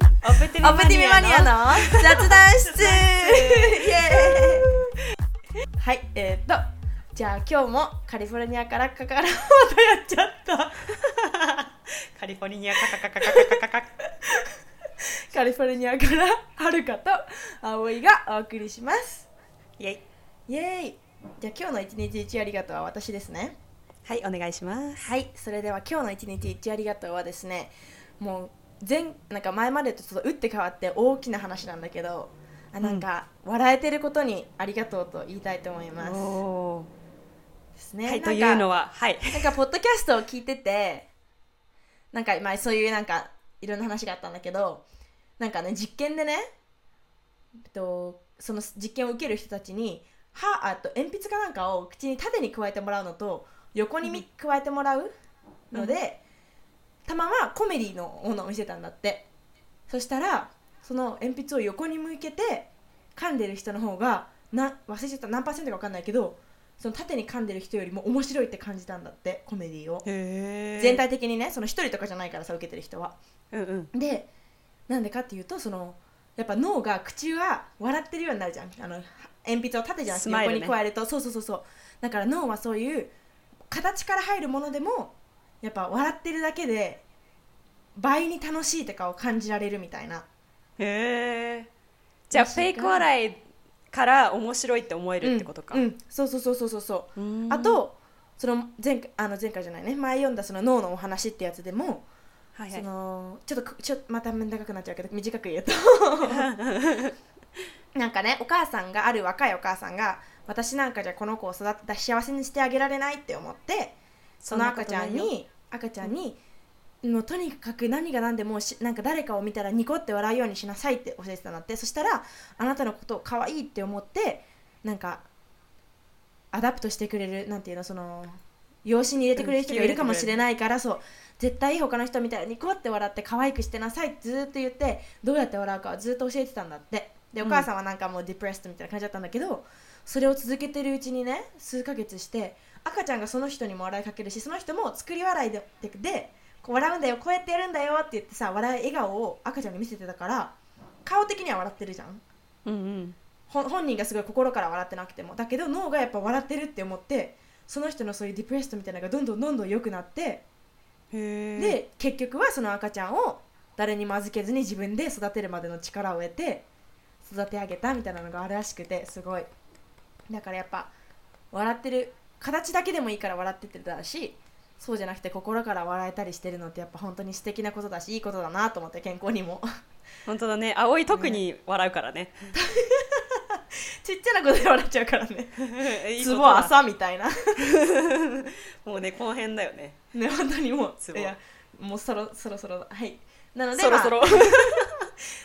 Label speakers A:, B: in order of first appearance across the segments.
A: オプティミマニアの雑談室イエーイはいえー、っとじゃあ今日もカリフォルニアからかからまたやっちゃった
B: カリフォルニアカカカカカカカカ
A: カリフォルニアからはるかと葵がお送りします
B: イエイ
A: イエーイじゃあ今日の一日一ありがとうは私ですね
B: はいお願いします
A: はいそれでは今日の一日一ありがとうはですねもう前なんか前までとちょっと打って変わって大きな話なんだけどあなんか笑えてることにありがとうと言いたいと思います。
B: お
A: です
B: ー
A: ね、
B: は
A: なん
B: い
A: か
B: というのははい
A: なんかポッドキャストを聞いててなんかまあそういうなんかいろんな話があったんだけどなんかね実験でね、えっと、その実験を受ける人たちに歯あと鉛筆かなんかを口に縦に加えてもらうのと横にみ
B: うん
A: 加えてもらうの
B: う
A: で、たまはコメディのものを見せたんだってそしたらその鉛筆を横に向けて噛んでる人の方がな忘れちゃった何パーセントか分かんないけどその縦に噛んでる人よりも面白いって感じたんだってコメディを
B: へー
A: 全体的にねその一人とかじゃないからさ受けてる人は
B: うんうん
A: でなんでかっていうとそのやっぱ脳が口は笑ってるようになるじゃんあの鉛筆を縦じゃなくて
B: スマイ
A: 横
B: ルね
A: に加えると、そうそうそうそうだから脳はそういう形から入るものでもやっぱ笑ってるだけで倍に楽しいとかを感じられるみたいな
B: へーじゃあ
A: 面
B: フ
A: 白
B: ェ
A: い
B: イク笑いから面白いって思えるってことか
A: うんうん、そうそうそうそうそうそう
B: うーん
A: あとその前回あの前回じゃないね前読んだその脳のお話ってやつでも、
B: はいは
A: そ
B: い
A: のちょっとくちょまた長くなっちゃうけど短く言うと なんかねお母さんがある若いお母さんが私なんかじゃこの子を育てた幸せにしてあげられないって思ってその赤ちゃんに赤ちゃんに、もうとにかく何が何でもしなんか誰かを見たらニコって笑うようにしなさいって教えてたんだってそしたらあなたのことを可愛いって思ってなんかアダプトしてくれるなんていうのその養子に入れてくれる人がいるかもしれないからそう絶対他の人みたいにこうって笑って可愛くしてなさいってずーっと言ってどうやって笑うかをずっと教えてたんだってでお母さんはなんかもうディプレストみたいな感じだったんだけど、それを続けてるうちにね数ヶ月して赤ちゃんがその人にも笑いかけるしその人も作り笑いででこう笑うんだよこうやってやるんだよって言ってさ笑い笑顔を赤ちゃんに見せてたから顔的には笑ってるじゃん
B: うんうん
A: ほん本人がすごい心から笑ってなくてもだけど脳がやっぱ笑ってるって思ってその人のそういうディプレストみたいなのがどんどんどんどん良くなって
B: へー
A: で結局はその赤ちゃんを誰にも預けずに自分で育てるまでの力を得て育て上げたみたいなのがあるらしくてすごいだからやっぱ笑ってる形だけでもいいから笑ってってたしそうじゃなくて心から笑えたりしてるのってやっぱ本当に素敵なことだしいいことだなと思って健康にも
B: 本当だね葵特に笑うからね
A: ちっちゃなことで笑っちゃうから ね
B: いいこ
A: ツ
B: と
A: ボ
B: だ
A: 朝みたいな
B: もうねこの辺だよね
A: ね本当にもう
B: ツ
A: い
B: ボ
A: やもうそろそろそろだはいなので、
B: そろそ
A: ま
B: ろ
A: あ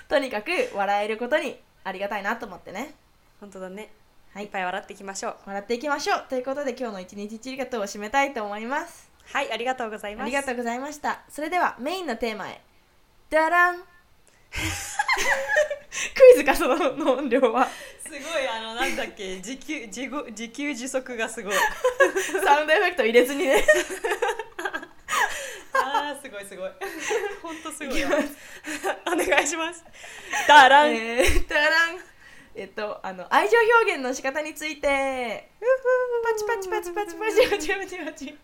A: とにかく笑えることにありがたいなと思ってね
B: 本当だね
A: はい
B: いっぱい笑っていきましょう
A: 笑っていきましょうということで今日の一日一リガトを締めたいと思います
B: はいありがとうございます
A: ありがとうございましたそれではメインのテーマへ ダランクイズかそのの音量は
B: すごいあのなんだっ け自給自ご自給自足がすごい
A: サウンドエフェクト入れずにね
B: あーすごいす ごい本当すごいわお願いしますダラン、
A: えーダランえっとあの愛情表現の仕方についてパチパチパチパチ パチパチパチパチ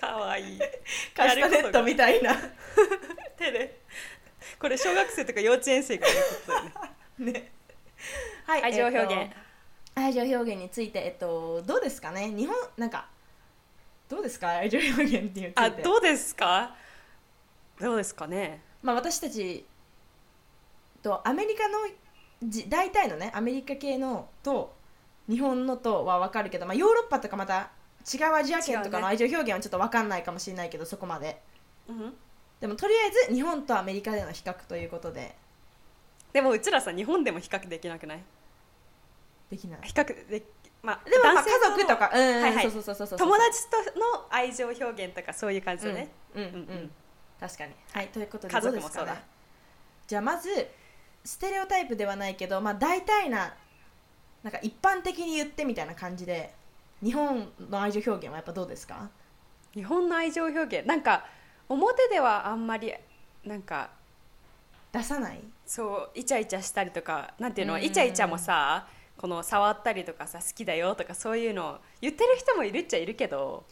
B: かわいい
A: カスタネットみたいな
B: 手でこれ小学生とか幼稚園生からやることだよね
A: ねはい
B: 愛情表現、
A: えっと愛情表現について、えっと、どうですかね日本なんかどうですか愛情表現っていうついて
B: あどうですかどうですかね
A: まあ、私たちとアメリカのじ大体のねアメリカ系のと日本のとは分かるけど、まあ、ヨーロッパとかまた違うアジア圏とか
B: 違う
A: の
B: ね
A: 愛情表現はちょっと分かんないかもしれないけどそこまで
B: うん
A: でもとりあえず日本とアメリカでの比較ということで
B: でもうちらさ日本でも比較できなくない
A: できない
B: 比較できまあ
A: でもまあ
B: 男性
A: 家族とかうん、
B: はいはい
A: そうそうそうそうそう
B: 友達との愛情表現とかそういう感じだね、
A: うんうん、う
B: うんんうん
A: 確かにはいということで
B: 家
A: どう
B: 族
A: で
B: も
A: すか
B: そう
A: ね
B: だ
A: じゃあまずステレオタイプではないけど、まあ、大体ななんか一般的に言ってみたいな感じで日本の愛情表現はやっぱどうですか
B: 日本の愛情表現なんか表ではあんまりなんか
A: 出さない
B: そうイチャイチャしたりとかなんていうの、
A: うん
B: イチャイチャもさこの触ったりとかさ好きだよとかそういうの言ってる人もいるっちゃいるけど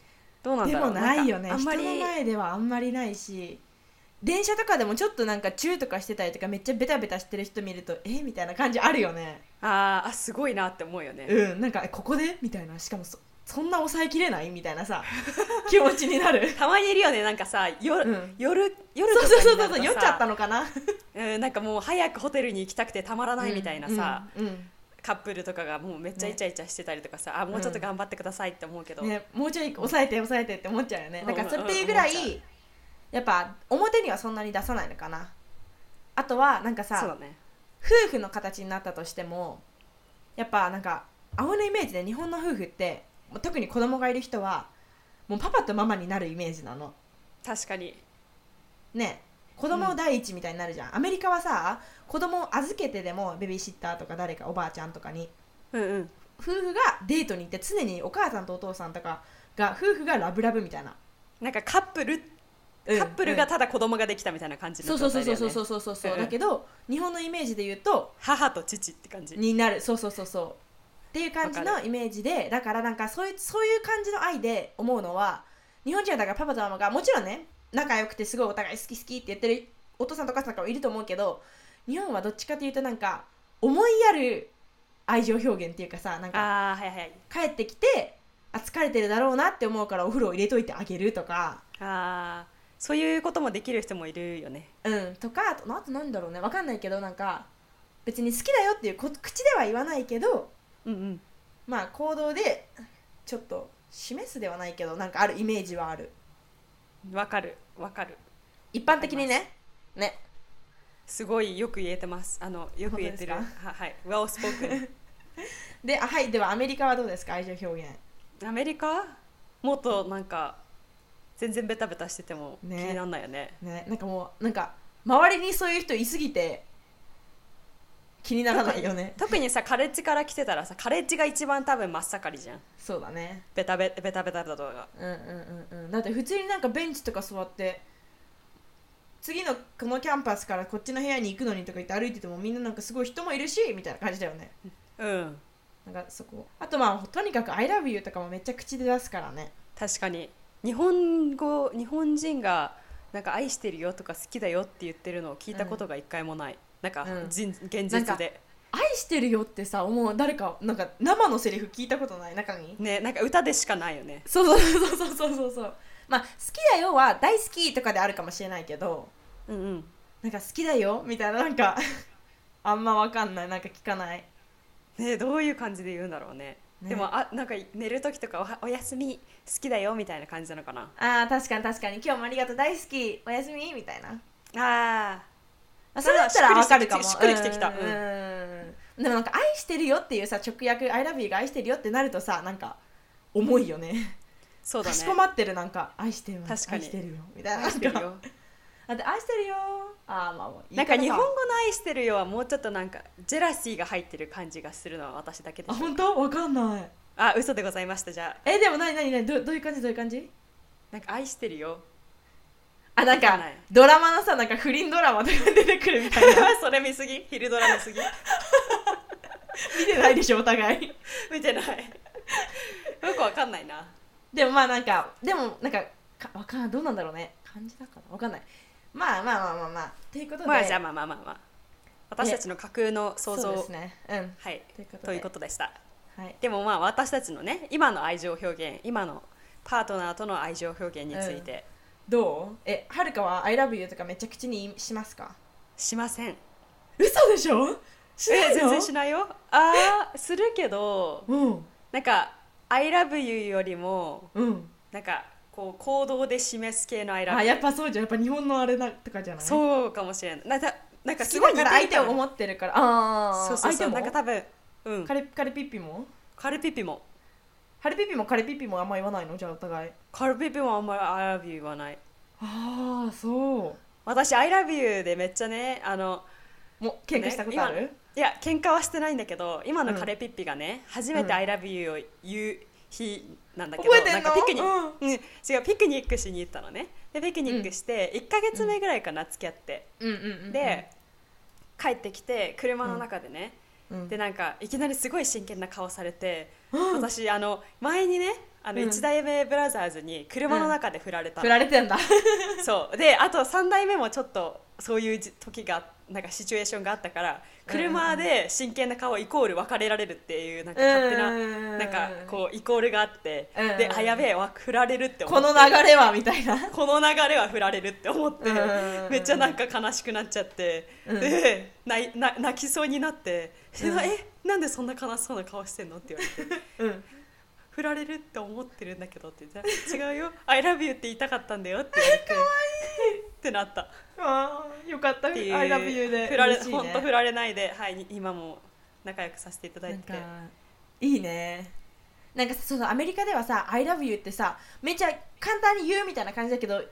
B: どうなん
A: で
B: だろ
A: も
B: う
A: ないよね
B: んかあんまり
A: 人の前ではあんまりないし電車とかでもちょっとなんかチューとかしてたりとかめっちゃベタベタしてる人見るとえみたいな感じあるよね
B: あーあすごいなって思うよね、
A: うんなんかえここでみたいなしかもそそんな抑えきれないみたいなさ 気持ちになる
B: たまにいるよねなんかさ夜、
A: うん
B: 夜夜
A: そ
B: と
A: う
B: か
A: そうそう
B: に
A: そ
B: な
A: う
B: ると
A: そ
B: さ
A: う酔っちゃったのかな
B: うん、なんかもう早くホテルに行きたくてたまらないみたいなさ、、
A: うんうん
B: カップルとかがもうめっちゃイチャイチャしてたりとかさ、あもうちょっと頑張ってくださいって思うけど、
A: うんね、もうちょい抑えて抑えてって思っちゃうよね
B: うん
A: だからそれっていうぐら
B: う
A: い
B: ん思っち
A: やっぱ表にはそんなに出さないのかなあとはなんかさ
B: そうだね
A: 夫婦の形になったとしてもやっぱなんか青のイメージで日本の夫婦ってもう特に子供がいる人はもうパパとママになるイメージなの
B: 確かに
A: ね子供を第一みたいになるじゃん、アメリカはさ子供を預けてでもベビーシッターとか誰かおばあちゃんとかに
B: うんうん
A: 夫婦がデートに行って常にお母さんとお父さんとかが夫婦がラブラブみたいな、
B: なんかカップルカ
A: うん
B: ップルがただ子供ができたみたいな感じ
A: そ
B: の
A: うそう
B: 状
A: そう
B: 態だ
A: そう
B: よ
A: そう
B: ね
A: そうそうそうそう、
B: うんうん
A: だけど日本のイメージで言うと
B: 母と父って感じ
A: になるそうそうそうそうっていう感じ
B: わ
A: のイメージでだからなんかそういうそういう感じの愛で思うのは日本人はだからパパとママがもちろんね仲良くてすごいお互い好き好きって言ってるお父さんとお母さんとかもいると思うけど日本はどっちかというとなんか思いやる愛情表現っていうかさなんか
B: ああはいはい
A: 帰ってきてあ疲れてるだろうなって思うからお風呂を入れといてあげるとか
B: ああそういうこともできる人もいるよね
A: うんとかあとあとなんだろうねわかんないけどなんか別に好きだよっていうこ口では言わないけど
B: うんうん
A: まあ行動でちょっと示すではないけどなんかあるイメージはある
B: わかるわかる
A: 一般的にねね
B: すごいよく言えてますあのよく言えてるは
A: 本当で
B: はいワオスポー ク
A: であはいではアメリカはどうですか愛情表現
B: ンアメリカもっとなんか全然ベタベタしてても気
A: ね
B: にならないよね
A: ねなんかもうなんか周りにそういう人いすぎて気にならないよね
B: 特にさカレッジから来てたらさカレッジが一番多分真っ盛りじゃん
A: そうだね
B: ベタベベタベタだとか
A: うんうんうんうんだって普通になんかベンチとか座って次のこのキャンパスからこっちの部屋に行くのにとか言って歩いててもみんななんかすごい人もいるしみたいな感じだよね
B: うん
A: なんかそこあとまあとにかく「ILOVEYOU」とかもめっちゃ口で出すからね
B: 確かに日本語日本人がなんか愛してるよとか好きだよって言ってるのを聞いたことが一回もない、なんか、
A: うん
B: じん現
A: なんか
B: 実で
A: 愛してるよってさもう誰かなんか生のセリフ聞いたことない中に
B: ねなんか歌でしかないよね
A: そうそうそうそうそうそうそうまあ好きだよは大好きとかであるかもしれないけど
B: うんうん
A: なんか好きだよみたいななんかあんまわかんないなんか聞かない
B: ねどういう感じで言うんだろうね
A: ね
B: でもあなんか寝る時とかおはおやすみ好きだよみたいな感じなのかな
A: あー確かに確かに今日もありがとう大好きおやすみみたいな
B: あ
A: あそれだったらわかるかも
B: しっくりしてきた
A: うんうんでもなんか愛してるよっていうさ直訳 I love you が愛してるよってなるとさなんか重いよね
B: ーそうだ
A: か
B: ね
A: しこまってるなんか愛してる
B: 確かに
A: 愛してるよみたいな
B: 愛してるよ
A: だって愛してるよあーまあもう
B: なんか日本語の
A: 語
B: 愛してるよはもうちょっとなんかジェラシーが入ってる感じがするのは私だけで
A: あ
B: す
A: 本当わかんない
B: あ嘘でございましたじゃあ
A: えでも何何何どどういう感じどういう感じ
B: なんか愛してるよ
A: あなん
B: わか
A: か
B: んない
A: ドラマのさなんか不倫ドラマとか出てくるみたい な
B: それ見すぎ昼ドラ見すぎ
A: 見てないでしょお互い
B: 見てないよくわかんないな
A: でもまあなんかでもなんかかわかんどうなんだろうね感じだからわかんないまあまあまあまあまあということで
B: まあじゃあまあまあまあまあ私たちの架空の想
A: そ
B: 像、
A: うですねうん
B: はい
A: ということで
B: ということでした
A: はい
B: でもまあ私たちのね今の愛情表現今のパートナーとの愛情表現について
A: どうえはるかは「ILOVEYOU」とかめっちゃ口にしますか
B: しません、
A: 嘘でしょしない
B: え
A: の
B: 全然しないよあーするけど
A: うん
B: なんか「ILOVEYOU」よりも
A: うん
B: なんかこう行動で示す系の「
A: あ
B: ILOVEYOU
A: やっぱそうじゃんやっぱ日本のあれだとかじゃな」い好
B: そうかもしれないなんかなんかす
A: き
B: ごい似てる
A: だから相手を
B: っ
A: 思ってるからああ
B: そうそうそう
A: 相
B: なん
A: 手
B: か
A: も
B: 多分うん
A: カレカレピッピも
B: カルピピも
A: カレピッピもカレピッピもあんま言わないのじゃあお互い
B: カルピピもあんまり I love you 言わない
A: ああそう
B: 私 I love you でめっちゃねあの
A: もう喧嘩したことある、
B: ねいや喧嘩はしてないんだけど今のカレピッピがね、初め
A: うん
B: て I love you を言う日なんだけど、
A: 覚えてん
B: な
A: の
B: んかピクニック、う
A: うん
B: ん、違うピクニックしに行ったのねでピクニックして1ヶ月目ぐらいかな付き合って、
A: うんうんうんうん
B: で、帰ってきて車の中でね、
A: うん
B: でなんかいきなりすごい真剣な顔されて、
A: うん
B: 私あの前にねあの
A: うん
B: 1代目ブラザーズに車の中で振られた
A: 振
B: の、
A: られてんだ
B: そうであと3代目もちょっとそういうじ時がなんかシチュエーションがあったから車で真剣な顔イコール別れられるっていうなんか勝手な、
A: うん
B: なんかこうイコールがあって、
A: うん
B: であやべえわ振られるって思
A: こ
B: って
A: の流れはみたいな
B: この流れは振られるって思って、
A: うん
B: めっちゃなんか悲しくなっちゃって、
A: うん
B: でないな泣きそうになって「
A: うん
B: えなんでそんな悲しそうな顔してんの?」って言われて
A: うん
B: 「振られるって思ってるんだけど」って言って「違うよ I love you」って言いたかったんだよって言われて。かわいいってなったっ
A: あーよかった「
B: ていう
A: I love you」で
B: 振られ
A: 嬉しい
B: 本当振
A: ね
B: られないで、はい、今も仲良くさせていただ
A: ないん
B: てて
A: かいいねなんかさそうそうアメリカではさ「I love you」ってさめっちゃ簡単に言うみたいな感じだけど
B: ん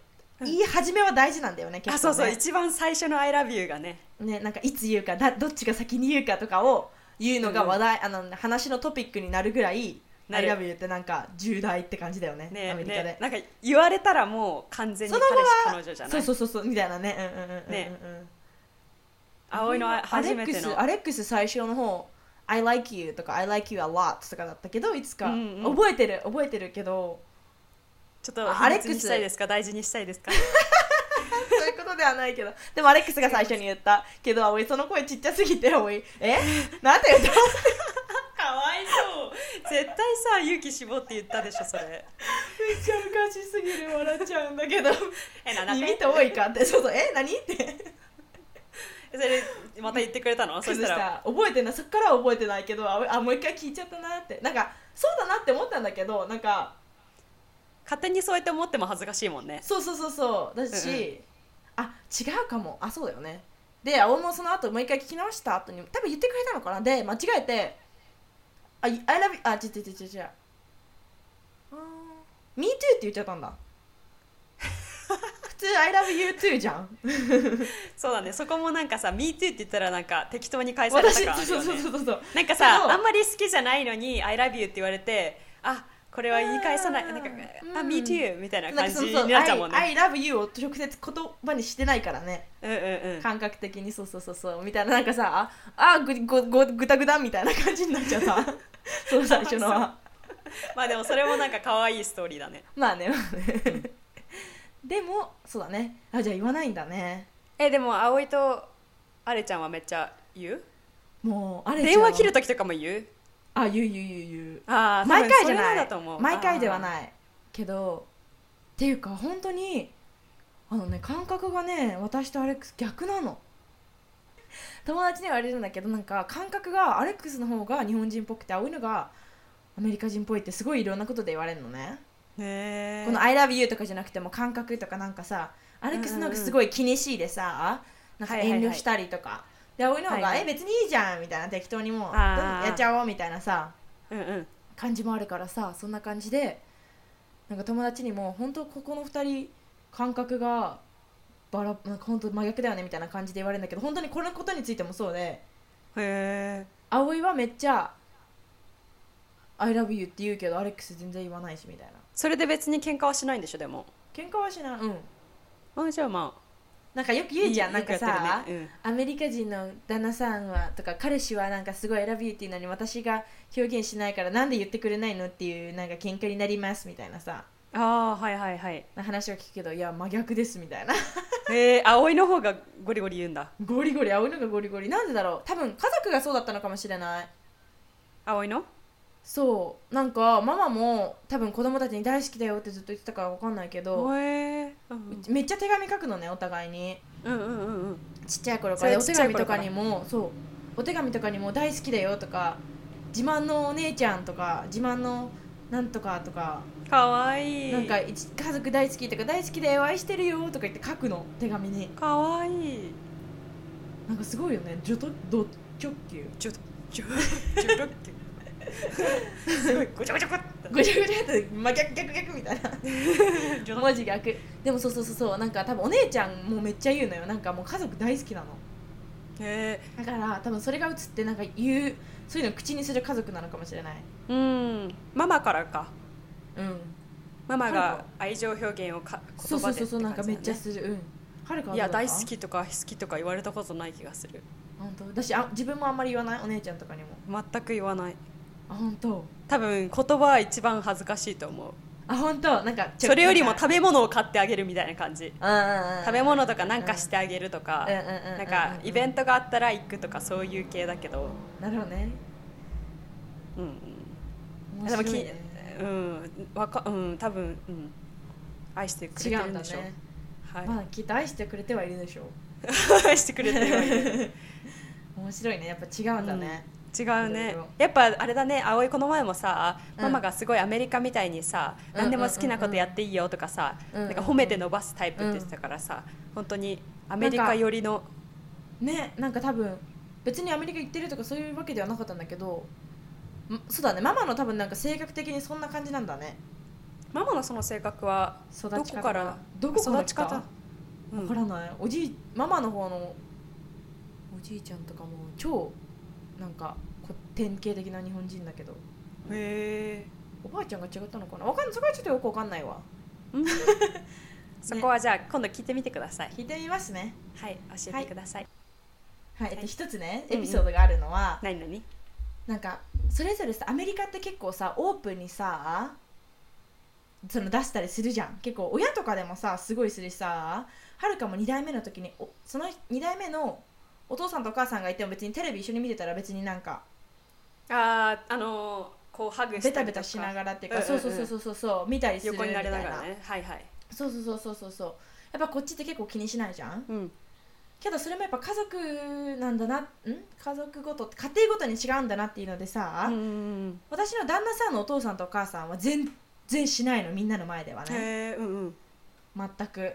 A: 言い始めは大事なんだよね結構ね
B: あそうそう一番最初の「I love you」がね
A: ね、なんかいつ言うかだどっちが先に言うかとかを言うのが話題、あの話のトピックになるぐらい「
B: な
A: I
B: る
A: love you」ってなんか重大って感じだよね
B: ね
A: アメリカで、
B: ねなんか言われたらもう完全に
A: そ
B: 彼
A: の後は
B: 氏彼女じゃない
A: そうそうそうそうみたいなねうんうんうんうんうん
B: ね葵の
A: アレ
B: 初
A: ッ
B: め
A: ク
B: て
A: ス
B: の
A: アレックス最初の方「I like you」とか「I like you a lot」とかだったけどいつか、
B: うんうん
A: 覚えてる覚えてるけど
B: ちょっと
A: あアレッ
B: 秘密
A: クス
B: にしたいですか大事にしたいですか
A: そういうことではないけどでもアレックスが最初に言ったけど葵その声ちっちゃすぎて葵えなんて言った
B: かわいそう絶対さ勇気絞って言ったでしょそれ
A: めっちゃ昔すぎる笑っちゃうんだ けど
B: えななんか
A: 耳遠いかってそうそうえ何って
B: それまた言ってくれたのそし
A: 崩
B: た
A: し
B: ら
A: た覚えてないそっからは覚えてないけどああもう一回聞いちゃったなってなんかそうだなって思ったんだけどなんか
B: 勝手にそうやって思っても恥ずかしいもんね
A: そうそうそうそうだし、
B: うんう
A: あ違うかもあそうだよねで青もその後もう一回聞き直した後に多分言ってくれたのかなで間違えて「あ I love you」あ違う違う違う違うあー「me too」って言っちゃった んだ普通「I love you too」じゃん
B: そうだねそこもなんかさ「MeToo」って言ったらなんか適当に返された
A: 私
B: 感ある
A: そう
B: よ
A: そうそ
B: ね
A: うそうそう
B: なんか
A: そう
B: さあんまり好きじゃないのに「I love you」って言われてあこれは言い返さない
A: うん
B: なんか「
A: うん
B: あ Me too」みたいな
A: なん
B: 感
A: か
B: じ
A: その
B: に
A: そう
B: なっちゃうもん
A: I,
B: ね
A: I love you を直接言葉にしてないからね、
B: うんうんうん
A: 感覚的にそうそうそうそうみたいななんかさああぐぐぐぐたぐだみたいな感じになっちゃった その最初 のは
B: まあでもそれもなんか可愛いストーリーだね
A: まあねまあねでもそうだねあじゃあ言わないんだね
B: えでも葵とあれちゃんはめっちゃ言う
A: もうあれ
B: 電話切る
A: と
B: 時とかも言う
A: あ言う言う言う言う
B: ああ
A: 毎回じゃない
B: だと思う
A: 毎回ではないいけどっていうか本当にあのね感覚がね私とアレックス逆なの友達には言われるんだけどなんか感覚がアレックスの方が日本人っぽくて青いのがアメリカ人っぽいってすごいいろんなことで言われるのね、
B: ね
A: この「ILOVEYOU」とかじゃなくても感覚とかなんかさアレックスの方がすごい気にしいでさ、なんか遠慮したりとか、で青いの方が、
B: はいはい
A: え別にいいじゃん」みたいな適当にもううん
B: あー
A: やっちゃおうみたいなさ
B: うんうん
A: 感じもあるからさそんな感じでなんか友達にも本当ここの2人感覚がバラなんか本当真逆だよねみたいな感じで言われるんだけど本当にこのことについてもそうで
B: へえ
A: 葵はめっちゃ「I love you」って言うけどアレックス全然言わないしみたいな
B: それで別に喧嘩はしないんでしょでも
A: 喧嘩はしないうん
B: あじゃあまあ
A: なんかよく言うじゃん
B: い
A: なんかさ、
B: よくやってるね
A: アメリカ人の旦那さんはとか彼氏はなんかすごい選びっていうのに私が表現しないからなんで言ってくれないのっていうなんか喧嘩になりますみたいなさ
B: うん、ああはいはいはい
A: 話を聞くけどいや真逆ですみたいな
B: へえ葵の方がゴリゴリ言うんだ
A: ゴリゴリ青いのがゴリゴリなんでだろう多分家族がそうだったのかもしれない
B: 葵の
A: そうなんかママも多分子供たちに大好きだよってずっと言ってたから分かんないけど
B: へえうん
A: めっちゃ手紙書くのねお互いに
B: うんうんうんうん
A: ちっちゃい頃
B: そ
A: から
B: れ
A: お
B: ち
A: 手
B: っちゃい
A: 紙
B: 頃
A: と
B: か
A: からにもそうお手紙とかにも大好きだよとか自慢のお姉ちゃんとか自慢のなんとかとか
B: かわいい
A: なんかいち家族大好きとか大好きだよ愛してるよとか言って書くの手紙に
B: かわいい
A: なんかすごいよね女とド直球
B: ちょちょちょろっけすごいごちゃごちゃごちゃ
A: ぐちゃぐちゃって真逆逆逆みたいな
B: ちょろっ
A: 文字逆でもそうそうそうそうなんか多分お姉ちゃんもめっちゃ言うのよなんかもう家族大好きなの
B: へえ
A: だから多分それが映ってなんか言うそういうのを口にする家族なのかもしれない
B: うんママからか
A: うん
B: ママ
A: から
B: が
A: か
B: 愛情表現をか
A: そ
B: 言
A: うそ
B: 葉
A: う
B: で
A: そうそうなんかめっちゃ
B: って感じ
A: するうんはるか
B: だ
A: は
B: ねいや
A: どうだっ
B: 大
A: た
B: 好きとか好きとか言われたことない気がする
A: 本当私あ自分もあんまり言わないお姉ちゃんとかにも
B: 全く言わない
A: あ本当
B: 多分言葉は一番恥ずかしいと思う
A: あ本当なんかちょ
B: それよりも
A: なんか
B: 食べ物を買ってあげるみたいな感じ
A: うんうんうん
B: 食べ物とかなんかしてあげるとか
A: うんうんうんうんうん
B: なんかイベントがあったら行くとかそういう系だけど
A: なるほどね
B: うんうん
A: 面
B: でも
A: 白
B: き
A: いね
B: うんわかうん多分うん愛してくれて
A: 違う
B: る
A: ん
B: ん
A: だ
B: でしょ
A: ね
B: は
A: まあきっと愛してくれてはいるでしょう
B: い 愛してくれてるわ け
A: 面白いねやっぱ違うんだね、
B: 違う
A: い
B: ね
A: ろいろ
B: やっぱあれだね葵この前もさ
A: うん
B: ママがすごいアメリカみたいにさ、
A: うん
B: 何でも好きなことやっていいよとかさ、
A: うん
B: なんか褒めて伸ばすタイプって言ってたからさ、本当にアメリカ寄りの
A: ねなんか多分別にアメリカ行ってるとかそういうわけではなかったんだけどんそうだねママの多分なんか性格的にそんな感じなんだね
B: ママのその性格は
A: 育ち
B: ど
A: 方
B: こから
A: どこから
B: 育ち方、う
A: 分か
B: ん、
A: らないおじいママの方のおじいちゃんとかも超なんかこ典型的な日本人だけど
B: へ
A: おばあちゃんが違ったのかなわかんないそこはちょっとよくわかんないわ
B: ーそこはじゃあ今度聞いてみてください
A: 聞いてみますね
B: はい教えてください、
A: はい、え
B: は
A: っと
B: い
A: 一つね
B: うん
A: エ
B: うん
A: ピソードがあるのは、
B: 何何
A: なんかそれぞれさアメリカって結構さオープンにさその出したりするじゃん結構親とかでもさすごいするしさはるかも2代目の時におその2代目のお父さんとお母さんがいても別にテレビ一緒に見てたら別になんか
B: あーあのーこうハグしたり
A: ベ
B: とか
A: タベタしながらっていうか、
B: うんうんうん
A: そうそうそうそうそう見たりするみ
B: 横
A: たい
B: に
A: な
B: なりながらねはいはい、
A: そうそうそうそうそうそうやっぱこっちって結構気にしないじゃん
B: うん、
A: けどそれもやっぱ家族なんだなん家族ごと家庭ごとに違うんだなっていうのでさ、
B: うん
A: 私の旦那さんのお父さんとお母さんは全然しないのみんなの前ではね
B: へえうんうん
A: 全く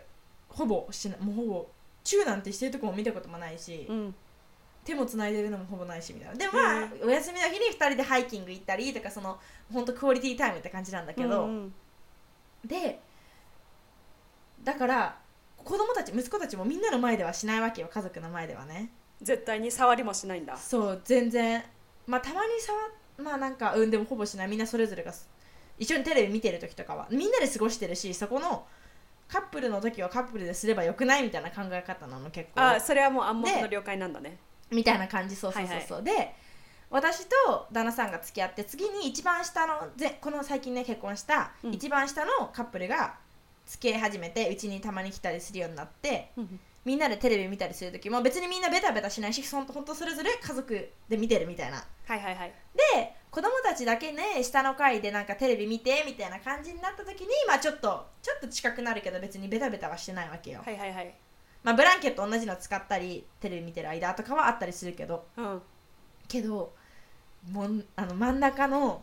A: ほぼしないもうほぼチューなんてしてるとこも見たこともないし、
B: うん
A: 手もつないでるのもほぼないしみたいなでもま
B: へ
A: あお休みの日に2人でハイキング行ったりとかそのほんとクオリティタイムって感じなんだけど、
B: うんうん
A: でだから子供たち息子たちもみんなの前ではしないわけよ家族の前ではね
B: 絶対に触りもしないんだ
A: そう全然まあたまに触まあなんかうんでもほぼしないみんなそれぞれが一緒にテレビ見てる時とかはみんなで過ごしてるしそこのカップルの時はカップルですればよくないみたいな考え方なの結構
B: あーそれはもう暗黙の了解なんだね
A: みたいな感じそうそうそうそう、で私と旦那さんが付き合って次に一番下のぜこの最近ね結婚した、
B: うん
A: 一番下のカップルが付き合い始めてうちにたまに来たりするようになってみんなでテレビ見たりする時も別にみんなベタベタしないしほんとほんとそれぞれ家族で見てるみたいな
B: はいはいはい
A: で子供たちだけね下の階でなんかテレビ見てみたいな感じになった時にまあちょっとちょっと近くなるけど別にベタベタはしてないわけよ、
B: はいはいはい
A: まあブランケット同じの使ったりテレビ見てる間とかはあったりするけど
B: うん
A: けどもんあの真ん中の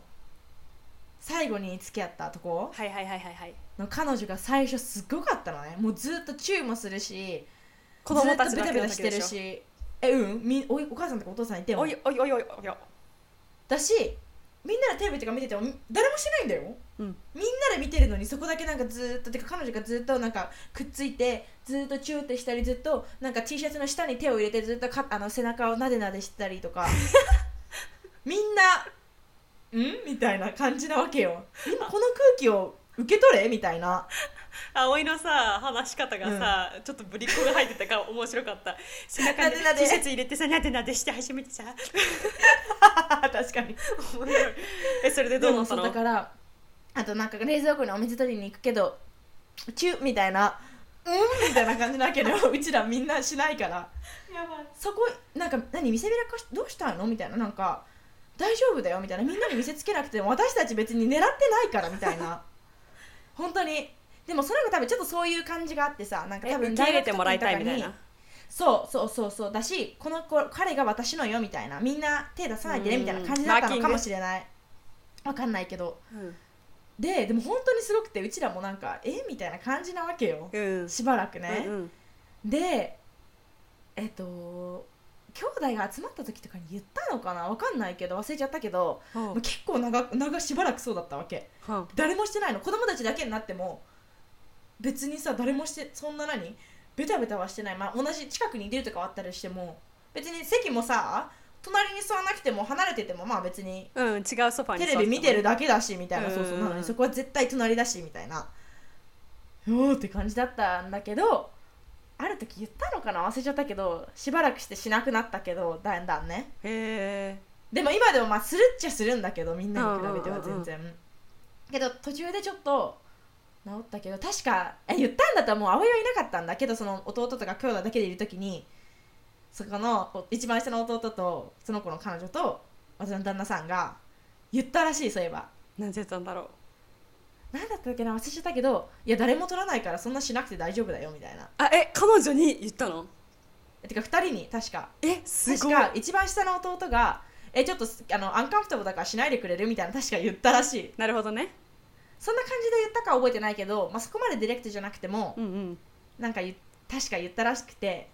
A: 最後に付き合ったとこ
B: はいはいはいはいはい
A: の彼女が最初すごかったのねもうずっとチューもするし
B: 子供た
A: ず
B: ち
A: っと
B: だ
A: ベ
B: けの
A: タベタし
B: 時
A: て
B: で
A: る
B: しょ
A: しえうんみおお母さんとかお父さんいても
B: おいおいおいおいおい
A: だしみんなでテレビとか見てても誰もしてないんだよ
B: うん
A: みんなで見てるのにそこだけなんかずーっとてか彼女がずーっとなんかくっついてずーっとチューってしたりずっとなんか T シャツの下に手を入れてずっとかあの背中をなでなでしたり とかみんな「ん?」みたいな感じなわけよ今この空気を受け取れみたいな
B: 葵のさ話し方がさ、ちょっとぶりっ子が入ってたから面白かった背中に
A: なでなで
B: T シャツ入れてさなでなでして初めてさ
A: 確か
B: 面
A: に
B: 白いえそれで
A: で
B: どうな
A: も
B: った
A: そう
B: の
A: だからあとなんか冷蔵庫にお水取りに行くけどチューみたいなうんみたいな感じなわけどうちらみんなしないから
B: やばい
A: そこなんか何見せびらかしどうしたのみたいななんか大丈夫だよみたいなみんなに見せつけなくても私たち別に狙ってないからみたいな本当にでもその子多分ちょっとそういう感じがあってさなんか
B: え
A: 多分
B: 受け入れてもらいたいみたい
A: 大学と
B: な
A: かにそうそうそうそうだしこの子彼が私のよみたいなみんな手出さないでね
B: うん
A: みたいな感じだった
B: マーキ
A: の
B: ン
A: か
B: グ
A: もしれないわかんないけど
B: うん、
A: ででも本当にすごくてうちらもなんかえみたいな感じなわけよ
B: うん
A: しばらくね、
B: うん
A: でえっと兄弟が集まった時とかに言ったのかなわかんないけど忘れちゃったけど
B: うん
A: もう結構長く長しばらくそうだったわけ
B: は
A: 誰もしてないの子供たちだけになっても別にさ誰もしてそんな何ベタベタはしてないまあ同じ近くにいるとかはあったりしても別に席もさ隣に座らなくても離れててもまあ別に
B: あうん、違うソファーに座ってた
A: テレ
B: もん
A: ビ見てるだけだしみたいな
B: うん
A: そうそうなの
B: うん
A: にそこは絶対隣だしみたいなおーって感じだったんだけどある時言ったのかな忘れちゃったけどしばらくしてしなくなったけどだんだんね
B: へえ
A: でも今でもまあするっちゃするんだけどみんなに比べては全然、けど途中でちょっと治ったけど確かえ言ったんだったらもう葵はいなかったんだけどその弟とか兄弟だけでいる時にそこのお一番下の弟とその子の彼女と私の旦那さんが言ったらしいそういえば
B: 何て言ったんだろう
A: 何だったっけな忘れちゃったけどいや誰も取らないからそんなしなくて大丈夫だよみたいな
B: あえ彼女に言ったの
A: てか2人に確か
B: えす
A: 確
B: ごい
A: か一番下の弟がえちょっとあのアンカンフトブルだからしないでくれるみたいな確か言ったらしい
B: なるほどね
A: そんな感じで言ったかは覚えてないけど、まあ、そこまでディレクトじゃなくても、
B: うんうん
A: なんか言っ確か言ったらしくて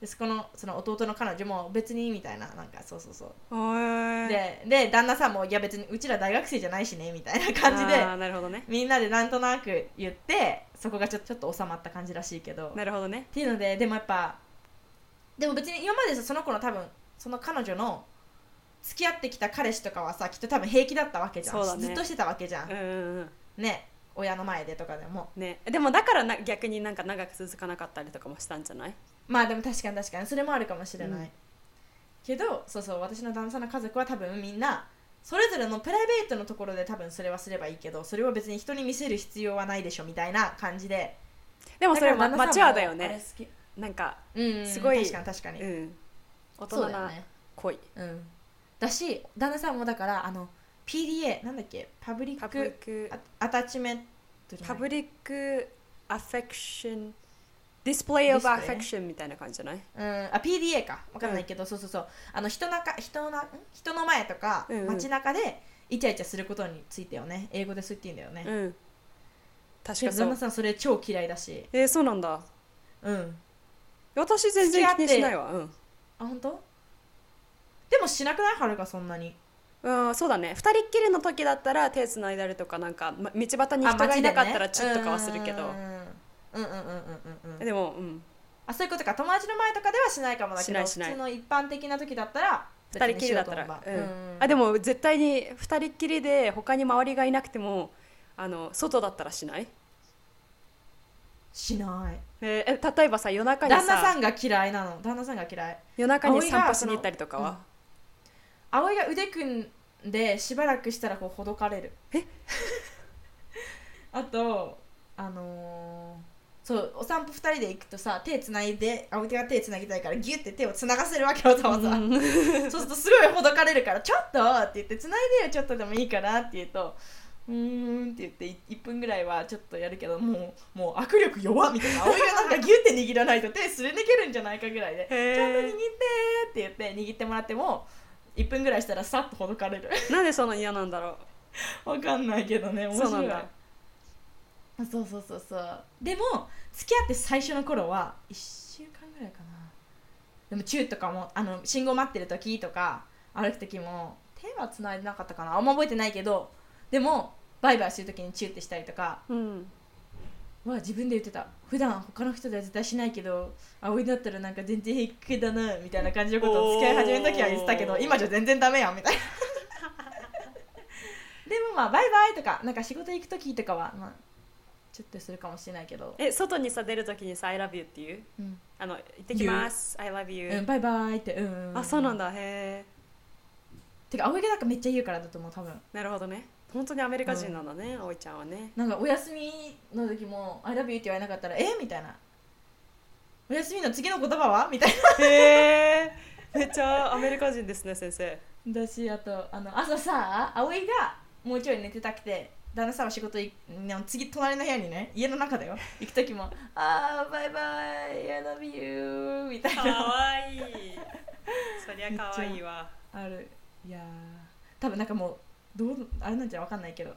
A: でそこのその弟の彼女も別にみたいななんかそうそうそう、
B: へえ
A: でで旦那さんもいや別にうちら大学生じゃないしねみたいな感じで
B: あーなるほどね
A: みんなでなんとなく言ってそこがちょちょっと収まった感じらしいけどっ
B: なるほどね
A: ていうのででもやっぱでも別に今までさその子の多分その彼女の付き合ってきた彼氏とかはさきっと多分平気だったわけじゃ
B: そ
A: ん、
B: うだね
A: ずっとしてたわけじゃん、
B: うんうんうん
A: ね親の前でとかでも
B: ねでもだからな逆になんか長く続かなかったりとかもしたんじゃない
A: まあでも確かに確かにそれもあるかもしれない、
B: うん
A: けどそうそう私の旦那さんの家族は多分みんなそれぞれのプライベートのところで多分それはすればいいけどそれを別に人に見せる必要はないでしょみたいな感じで
B: でもそれはま
A: だから
B: マチュアだよ
A: あれ
B: ね
A: 好き
B: なんか
A: うんうん
B: すごい
A: 確かに確かに、
B: うん大
A: そ
B: 人
A: うだよ
B: な
A: ね
B: 恋
A: うんだし旦那さんもだからあの PDA なんだっけパブリッ
B: パブリッ
A: ク
B: ク
A: アアタッチメントじゃ
B: パ
A: ない
B: ブリックアフェクションディスプレイオブアフェ
A: Display
B: クションみたいな感じじゃない
A: うん、あ PDA かわかんないけど、そうそうそうあの人なか人なん人の前とか、
B: うんうん
A: 街中でイチャイチャすることについてよね英語でそう言っていいんだよ
B: う
A: ね、
B: ん確
A: け
B: か
A: ど
B: そ
A: 旦那
B: う
A: さんそれ超嫌いだし
B: えー、そうなんだ
A: うん
B: 私全然気にしないわうん
A: あ本当でもしなくないはるかそんなに
B: うん、そうだね2人っきりの時だったら手つないだりとかなんか、ま、道端に人がいなかったらチュッとかはするけど
A: うんうんうんうんうんうん
B: でも、うん、
A: あそういうことか友達の前とかではしないかもだ
B: し
A: けど
B: ないしない
A: 普通の一般的な時だったら
B: 2人っきりだったら、
A: 別
B: う
A: にしようと思えば
B: ん、あでも絶対に2人っきりで他に周りがいなくてもあの外だったらしない、
A: しない
B: えーえ例えばさ夜中
A: 旦
B: に
A: 那
B: さ
A: さんが嫌いなの旦那さんが嫌い
B: 夜中に
A: 葵が
B: 散歩しに行ったりとかは、
A: 葵が腕組んでしばらくしたらこうほどかれる
B: え
A: あとあのーそうお散歩2人で行くとさ手つないで葵が手つなぎたいからギュッて手をつながせるわけよたま
B: う
A: さ
B: ん
A: そうするとすごいほどかれるから「ちょっと!」って言って「つないでよちょっとでもいいかな」って言うと「うーん」って言ってい1分ぐらいはちょっとやるけどもうもう握力弱っみたいな葵がなんかギュッて握らないと手すり抜けるんじゃないかぐらいで
B: へー
A: ちょっと握ってって言って握ってもらっても1分ぐらいしたらさっとほどかれる
B: なんでその嫌なんだろ
A: わかんないけどね
B: う
A: 面
B: そう
A: 白
B: ないんだ
A: そうそうそうそうでも付き合って最初の頃は1週間ぐらいかなでもチューとかもあの信号待ってる時とか歩く時も手はつないでなかったかなあんま覚えてないけどでもバイバイする時にチューってしたりとか
B: うん
A: は自分で言ってた普段他の人では絶対しないけど葵だったらなんか全然平気だなみたいな感じのことを付き合い始めた時は言ってたけ
B: お
A: ど
B: ー
A: 今じゃ全然ダメやんみ たいなでもまあバイバイとかなんか仕事行く時とかはまあちょっとするかもしれないけど、
B: え外にさ出るときにさ「I love you」って言う
A: うん
B: あの行ってきます「I love you
A: う」ん、バイバイってうん
B: あそうなん
A: だ
B: だへえ
A: てか葵がなんかめっちゃ言うからだと思う多分
B: なるほどね本当にアメリカ人なんだね、葵ちゃんはね
A: なんかお休みの時も「I love you」って言われなかったら「えみたいな「お休みの次の言葉は?」みたい
B: へえめっちゃアメリカ人ですね先生
A: なだしあとあの朝さ葵がもうちょい寝てたくて旦那さんは仕事いの次隣の部屋にね家の中だよ行く時も 「あーバイバイ I love you」みたい
B: か
A: な
B: わいい そりゃかわいいわ
A: あるいやー多分なんかもうどうあれなんじゃわかんないけど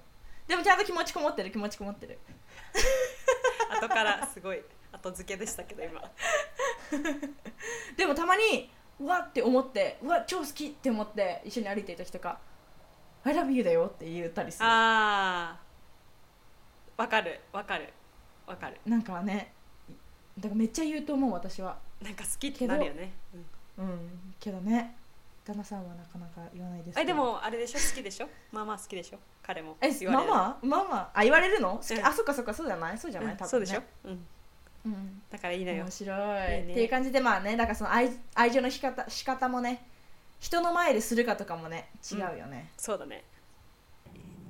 A: でもちゃんと気持ちこもってる気持ちこもってる
B: 後からすごい後付けでしたけど今
A: でもたまにうわって思ってうわ超好きって思って一緒に歩いてる時とか「I love you」だよって言ったりする
B: あーわかるわかるわかる
A: なんかねだからめっちゃ言うと思う私は
B: なんか好きってなるよね、うん
A: うんけどね旦那さんはなかなか言わないですけど
B: えでもあれでしょ好きでしょまあまあ好きでしょ彼も
A: えママママあ言われるの好き、
B: うん
A: あそっかそっかそうじゃないそうじゃない、
B: うん
A: 多分、ね、
B: そうでしょ、うん、
A: うん、
B: だからいいのよ
A: 面白い
B: いいね
A: っていう感じでまあねだからその愛愛情の仕方仕方もね人の前でするかとかもね違うよね、
B: そうだね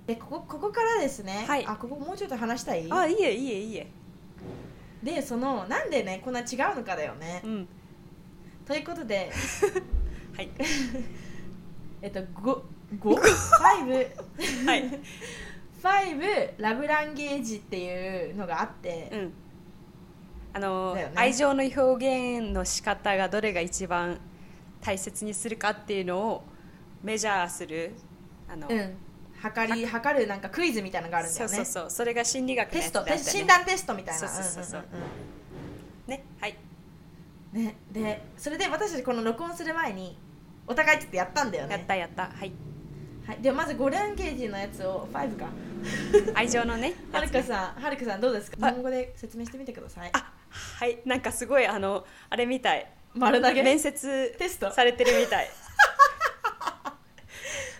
A: でここここからですね、
B: はい
A: あここもうちょっと話したい
B: あいいえいいえいいえ
A: でそのなんでねこんな違うのかだよね
B: う、ん
A: ということで
B: はい
A: えっと5 5 5
B: はい
A: ラブランゲージっていうのがあって、
B: うんあの、
A: だよね
B: 愛情の表現の仕方がどれが一番大切にするかっていうのをメジャーするあの、
A: うん測り測るなんかクイズみたいなのがあるんだ
B: そ
A: よ
B: う
A: ね
B: そうそうそれが心理学の
A: テ
B: や
A: ス
B: つだっ
A: ト、
B: たよ
A: テス診
B: ね
A: 断テストみたいな
B: そうそうそうそうん
A: んんん
B: ねはい
A: ねでそれで私たちこの録音する前にお互いちょっとやったんだよね
B: やったやったはい
A: はい、ではまず5ランゲージのやつを5か
B: 愛情の ね
A: は
B: や
A: る
B: つね
A: かさんはるかさんどうですか
B: あ
A: 日本語で説明してみてください
B: あはいなんかすごいあのあれみたい
A: 丸投げ
B: 面接
A: テスト
B: されてるみ たい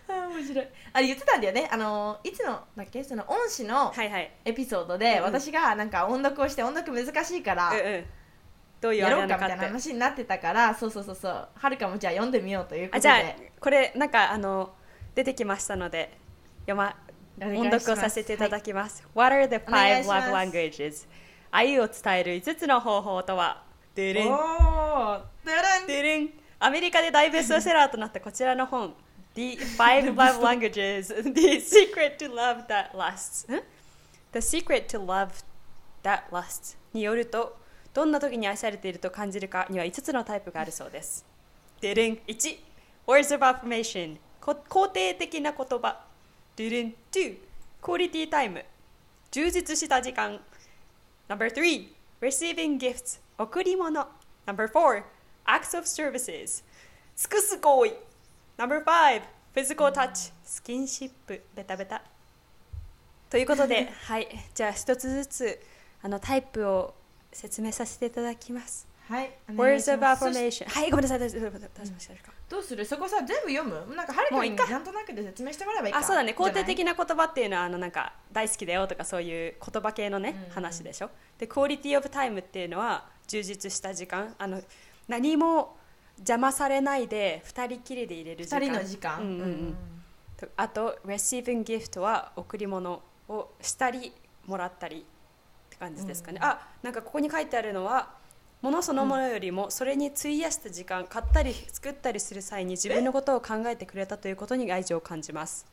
A: あー面白いあれ言ってたんだよねあのーいつのだっけその恩師の
B: はいはい
A: エピソードで、
B: うん
A: 私がなんか音読をして音読難しいから、
B: うんうんどういう
A: や
B: あれ
A: ろ
B: な
A: う
B: の
A: かみ
B: かったて
A: いな話になってたからそうそうそうそうはるかもじゃあ読んでみようということ
B: あ
A: で
B: じゃあこれなんかあの出てきましたので読ま
A: お願いし
B: 音
A: ます
B: 読をさせていただきます。What are the
A: お願い
B: five
A: します
B: love languages? 愛を伝える5つの方法とはでるん
A: おードゥルン
B: でるんアメリカで大ベストセラーとなったこちらの本 The Five Love Languages The Secret to Love That Lasts ん The Secret to Love That Lasts によるとどんな時に愛されていると感じるかには5つのタイプがあるそうです。でるん1 Words of Affirmation こ肯定的な言葉でるん2クオリティタイム充実した時間 Number three, receiving gifts. 贈り物。Number four, acts of services. 尽くす行為。Number five, physical touch. スキンシップ。ベタベタ。ということ で、はい。じゃあ、一つずつあのタイプを説明させていただきます。
A: はいお願いし
B: Words of
A: ますそし
B: affirmation. はい、ごめんなさい。大丈夫大丈夫大丈夫でしょうか。
A: どうするそこさ全部読むなんかはる
B: も
A: か
B: うい
A: に
B: っか
A: なんとなくで説明してもらえばいいか
B: あ、そうだね。肯定的
A: な
B: な言葉っていうのは、あのなんか大好きだよとかそういう言葉系のね、
A: うん
B: 話でしょ。で、クオリティオブタイムっていうのは充実した時間、あの何も邪魔されないで二人きりで入れる時間。
A: 2人の時間
B: うんうんうん。とあと、receiving gift は贈り物をしたりもらったりって感じですかね。あ、なんかここに書いてあるのは。物そのものよりもそれに費やした時間、買ったり作ったりする際に自分のことを考えてくれたということに愛情を感じます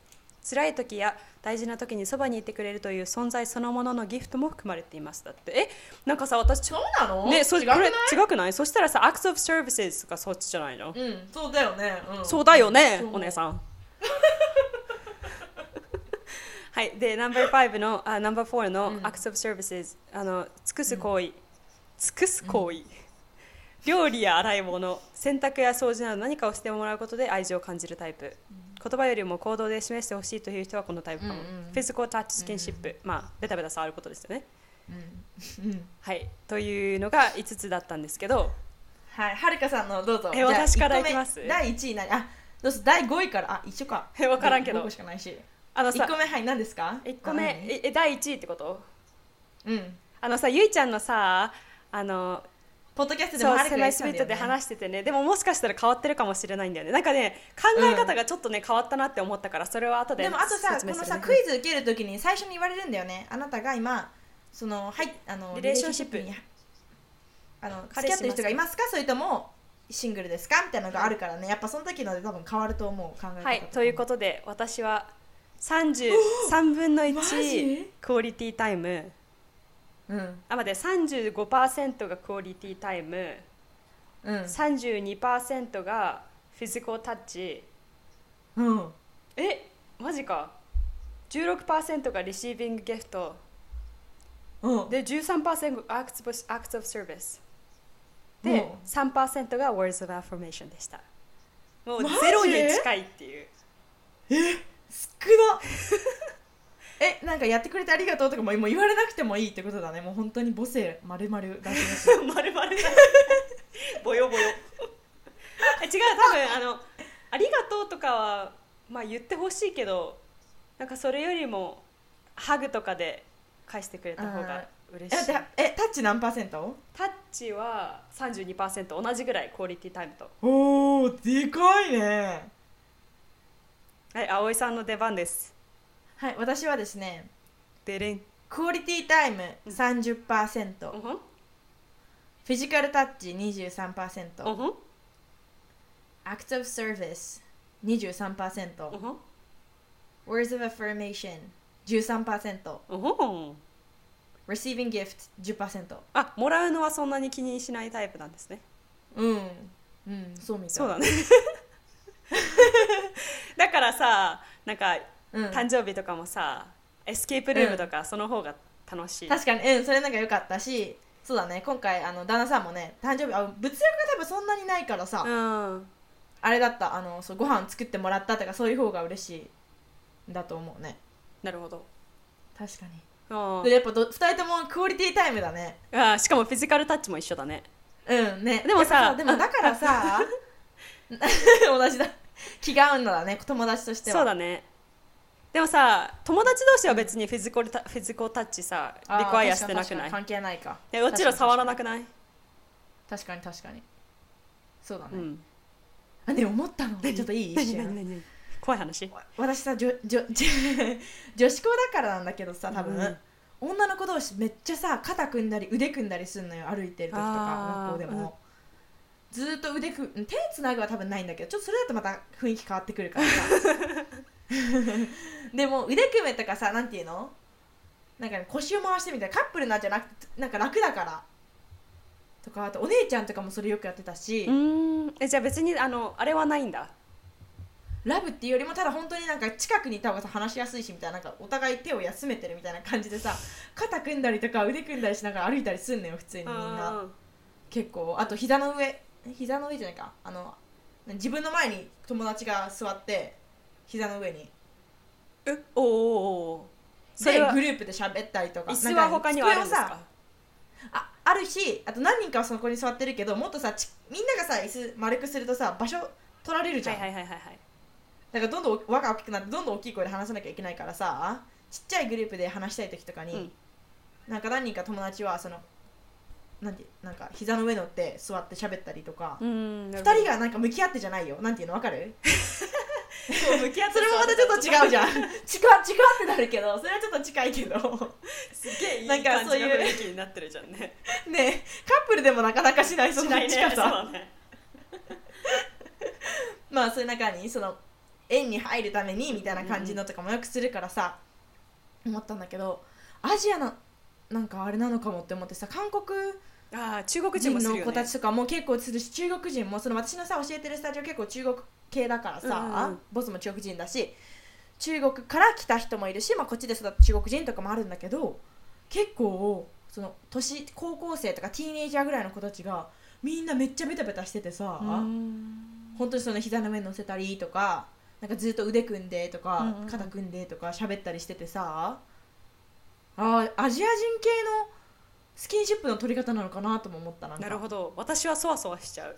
B: 辛い時や大事な時にそばにいてくれるという存在そのもののギフトも含まれていますだってえなんかさ私ち
A: そ
B: ょ
A: うなの
B: ねそう
A: 違くない
B: これ違くないそしたらさ acts of services がそっちじゃないの、
A: うんそうだよね、うん、
B: そうだよね
A: そう
B: お姉さんはいで No.5 のあ No.4 の
A: うん
B: acts of services、あの尽くす行為、尽くす行為、料理や洗い物洗濯や掃除など何かをしてもらうことで愛情を感じるタイプ、言葉よりも行動で示してほしいという人はこのタイプかも、
A: うんうん
B: フィジコルタッチスキンシップ、まあベタベタ触ることですよね
A: うんうん
B: はいというのが5つだったんですけど
A: はい、はるかさんのどうぞ。
B: え
A: じゃあ
B: 私からいきます
A: 一個目第一位何？あ、どうす第五位からあ一緒か。
B: えわからんけど
A: 五個しかないし。
B: あの
A: 一
B: さ
A: 個目はい何ですか？
B: 1個目ええ第1位ってこと
A: あ。何うん。
B: あのさゆいちゃんのさあの
A: ポッドキャストでも
B: そう
A: はるか
B: 狭いスピットで
A: し
B: 話しててねでももしかしたら変わってるかもしれないんだよねなんかね考え方がちょっとね、変わったなって思ったからそれは後で
A: でもあとさ、
B: 説
A: こ
B: 明す
A: の
B: る
A: さ
B: ね
A: クイズ受けるときに最初に言われるんだよね。あなたが今そのはいあの
B: リレーションシップ
A: リレーションシップにあの
B: 彼氏
A: 付き合ってる人がいますか？それともシングルですかみたいなのがあるからね。やっぱその時ので多分変わると思う考え方。
B: はいということで私は33分の
A: マ
B: 1
A: ジ
B: クオリティタイム
A: と。うん
B: あ待って35%がクオリティタイム
A: うん
B: 32%がフィジコルタッチ
A: うん。
B: えマジか16%がリシービングギフト
A: うん、
B: で13%が acts of, acts of service
A: う
B: で
A: ん
B: 3%が words of affirmation でしたもう
A: マジ
B: ゼロに近いって いう
A: 少な えなんかやってくれてありがとうとかももう言われなくてもいいってことだねもう本当に母性まるまるだけだし
B: まる まるぼよぼよえ違う多分あの「ありがとう」とかはまあ言ってほしいけどなんかそれよりもハグとかで返してくれた方が嬉
A: え
B: しい
A: だえタッチ何パーセント
B: タッチは32%同じぐらいクオリティタイムと
A: おーでかいね
B: はい葵さんの出番です
A: はい私はですね
B: デレン
A: クオリティタイム
B: うん
A: 30%、
B: う
A: フ
B: んふん
A: ィジカルタッチ
B: う
A: 23%
B: んふん
A: アクティブサービス23%、
B: うんふん
A: words of affirmation 13%
B: うんふん
A: receiving gift 10%
B: あもらうのはそんなに気にしないタイプなんですね
A: うんうんそうみたい
B: そうだね だからさなんか
A: うん、
B: 誕生日とかもさエスケープルームとかその方が楽しい、
A: 確かにうんそれなんか良かったしそうだね今回あの旦那さんもね誕生日あ物欲が多分そんなにないからさ、
B: うん
A: あれだったあのそうご飯作ってもらったとかそういう方が嬉しいんだと思うね
B: なるほど
A: 確かに
B: うん
A: でやっぱど2人ともクオリティタイムだね
B: あしかもフィジカルタッチも一緒だね
A: うんね
B: でもさ
A: やっぱでもだからさ 同じだ気が合うんだね友達としては
B: そうだねでもさ友達同士は別にフィジコルタフィジコタッチさ
A: あー
B: リクワイアしてなくな
A: 確かに確かに
B: い
A: 関係ないか
B: でうちら触らな
A: く
B: くない、
A: 確かに確かにそうだね、
B: うん
A: あね思ったのちょっといい一
B: 何
A: 瞬
B: 何何何怖い話
A: わ私さ女女女子校だからなんだけどさ多分、
B: うん
A: 女の子同士めっちゃさ肩組んだり腕組んだりするのよ歩いてる時とか
B: あー
A: 学校でも、ずーっと腕組む手つなぐは多分ないんだけどちょっとそれだとまた雰囲気変わってくるから さでも腕組めとかさなんていうのなんかね、腰を回してみたいなカップルなんじゃなくてなんか楽だからとかあとお姉ちゃんとかもそれよくやってたし、
B: うんえじゃあ別にあのあれはないんだ
A: ラブっていうよりもただ本当になんか近くにいた方がさ話しやすいしみたいななんかお互い手を休めてるみたいな感じ でさ肩組んだりとか腕組んだりしながら歩いたりすんのよ普通にみんな
B: うん
A: 結構あと膝の上膝の上じゃないかあの自分の前に友達が座って膝の上に
B: えおーおーおーそれ
A: で
B: は
A: グループで喋ったりとか
B: 椅子は
A: なんか
B: 他にはあるんです
A: 机を
B: か
A: さああるしあと何人かはそこに座ってるけどもっとさちみんながさ椅子丸くするとさ場所取られるじゃん、
B: はいはいはいはいはい
A: だからどんどん輪が大きくなってどんどん大きい声で話さなきゃいけないからさちっちゃいグループで話したい時とかに、
B: うん
A: なんか何人か友達はそのなんてなんか膝の上乗って座って喋ったりとか、
B: うーん
A: 二
B: 2
A: 人がなんか向き合ってじゃないよなんていうのわかる
B: 向き合って
A: それもまたちょっと違うじゃん近近ってなるけどそれはちょっと近いけど
B: すげえいい
A: な
B: 感じの
A: んかそういう
B: 雰囲気になってるじゃんね
A: ねカップルでもなかなかしないそ
B: し
A: の
B: ない
A: 近
B: ね
A: さ、
B: そうだね
A: まあそういう中にその円に入るためにみたいな感じのとかもよくするからさ、思ったんだけどアジアのなんかあれなのかもって思ってさ韓国
B: ああ中国人
A: 人
B: もする
A: の
B: よ
A: 子た
B: ね
A: ちとかも結構するし中国人もその私のさ教えてるスタジオ結構中国系だからさ、
B: うんうん
A: ボスも中国人だし中国から来た人もいるし、まあ、こっちで育った中国人とかもあるんだけど結構その年高校生とかティーンエイジャーぐらいの子たちがみんなめっちゃベタベタしててさ、
B: うーん
A: 本当にその膝の上に乗せたりとかなんかずっと腕組んでとか、
B: うんうん
A: 肩組んでとか喋ったりしててさあーアジア人系のスキンシップの取り方なのかなとも思ったなんか
B: なるほど私はそわそわしちゃう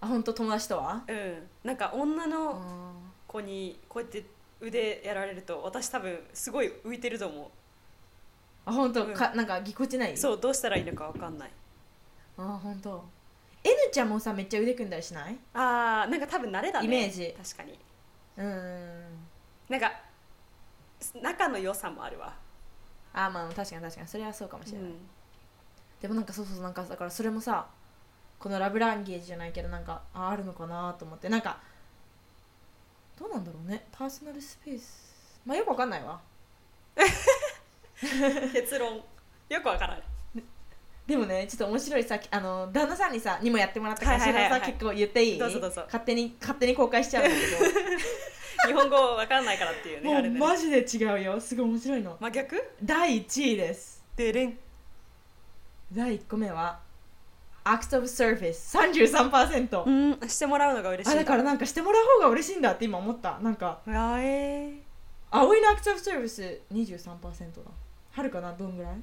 A: あ本当友達とは
B: うんなんか女
A: あ
B: の子にこうやって腕やられると私多分すごい浮いてると思
A: 本当、
B: うん
A: かなんかぎこちないう
B: そうどうしたらいいのかわかんない
A: あ本当 N ちゃんもさめっちゃ腕組んだりしない
B: あーなんか多分慣れだね
A: イメージ
B: 確かに
A: うーん
B: なんか仲の良さもあるわ、
A: あまあ確かに確かにそれはそうかもし
B: う
A: れない、
B: ん
A: でもなんかそうそうそうなんかだからそれもさこのラブランゲージじゃないけどなんかああるのかなと思ってなんかどうなんだろうねパーソナルスペースまあよくわかんないわ
B: 結論よくわからない
A: でもねちょっと面白いさあの旦那さんにさにもやってもらったから
B: は
A: そ
B: いはいは
A: れ
B: いは
A: さ
B: い
A: 結構言っていい
B: どうぞどうぞ
A: 勝手に勝手に公開しちゃうんだけ
B: 日本語わかんないからっていう
A: ど
B: ねあれね
A: もうマジで違うよすごい面白いの
B: 真逆
A: 第1位です
B: でれん
A: 第1個目はアクトブサービス33%、
B: うんしてもらうのが嬉し
A: あ
B: いん
A: だからなんかしてもらう方が嬉しいんだって今思ったなんか
B: うわえー
A: 葵のアクセブサービス23%だはるかなどんぐらい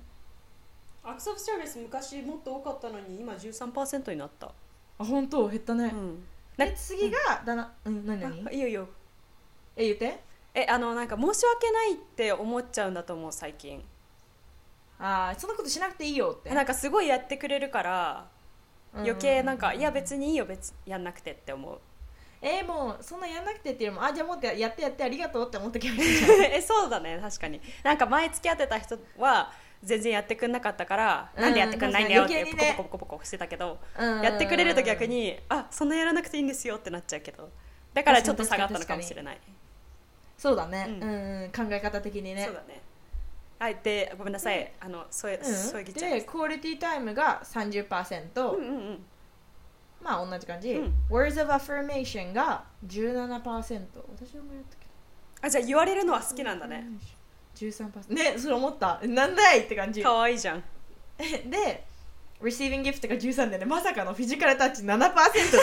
B: アクセスサービス昔もっと多かったのに今13%になった、
A: あ本当減ったね、
B: ん、
A: で次がだなうん何何
B: あいいよいいよ
A: え言って
B: えあのなんか申し訳ないって思っちゃうんだと思う最近
A: ああそんなことしなくていいよって
B: なんかすごいやってくれるから
A: うんうん
B: 余計なんか、いや別にいいよ別やんなくてって思う
A: えー、もうそんなやんなくてっていうよりもあじゃあもっとやってやってありがとうって思ってきました
B: えそうだね確かになんか前付き合ってた人は全然やってくんなかったから、
A: うん
B: なんでやってくんないんだよっ
A: 確
B: て
A: かに
B: ポ
A: 余計にね
B: コポコポコポコしてたけど、
A: うん
B: やってくれると逆にあそんなやらなくていいんですよってなっちゃうけどだからちょっと下がったのかもしれない、
A: そうだね、
B: う
A: うんんうん、考え方的にね
B: そうだねはいでごめんなさい、あのそう
A: うん
B: そうぎちゃいま
A: で
B: し
A: クオリティタイムが30%、
B: たうんうんうん
A: まあ同じ感じ、
B: うん
A: Words of Affirmation が17%私もやったけど
B: あじゃあ言われるのは好きなんだね、
A: 13%ねそれ思ったなんだいって感じ
B: 可愛いじゃん
A: で Receiving Gift が13でねまさかのフィジカルタッチ7%です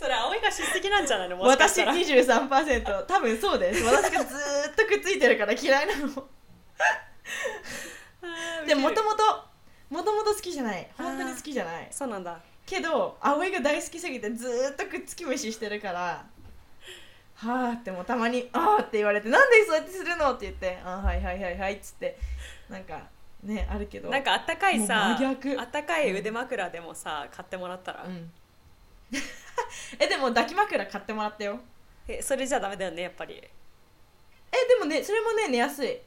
B: それ葵がしすぎなんじゃないのもしかし
A: 私
B: たら
A: 23%多分そうです私がずーっとくっついてるから嫌いなの でもともともともと好きじゃない本当に好きじゃない
B: そうなんだ
A: けど葵が大好きすぎてずーっとくっつき飯してるからはあってもうたまに「ああ」って言われて「なんでそうやってするの?」って言って「ああはいはいはいはい」っつってなんかねあるけど
B: なんかあったかい
A: も
B: さ
A: う真逆
B: あったかい腕枕でもさ買ってもらったら、
A: うん えでも抱き枕買ってもらったよ
B: えそれじゃダメだよねやっぱり
A: えでもねそれもね寝やすい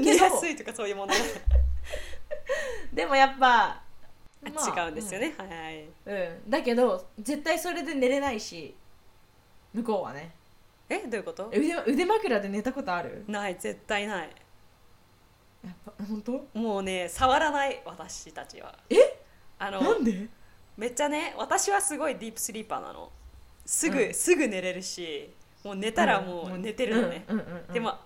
B: 寝やすいとかそういうもの、
A: でもやっぱ、 まあ
B: 違うんですよね、はい
A: うん、だけど絶対それで寝れないし向こうはね
B: えどういうこと
A: え腕腕枕で寝たことある
B: ない絶対ない
A: やっぱ本当
B: もうね触らない私たちは
A: え
B: あの
A: なんで
B: めっちゃね私はすごいディープスリーパーなのすぐ、
A: うん
B: すぐ寝れるしもう寝たらもう寝てるのね、
A: うんうんうんうん
B: でも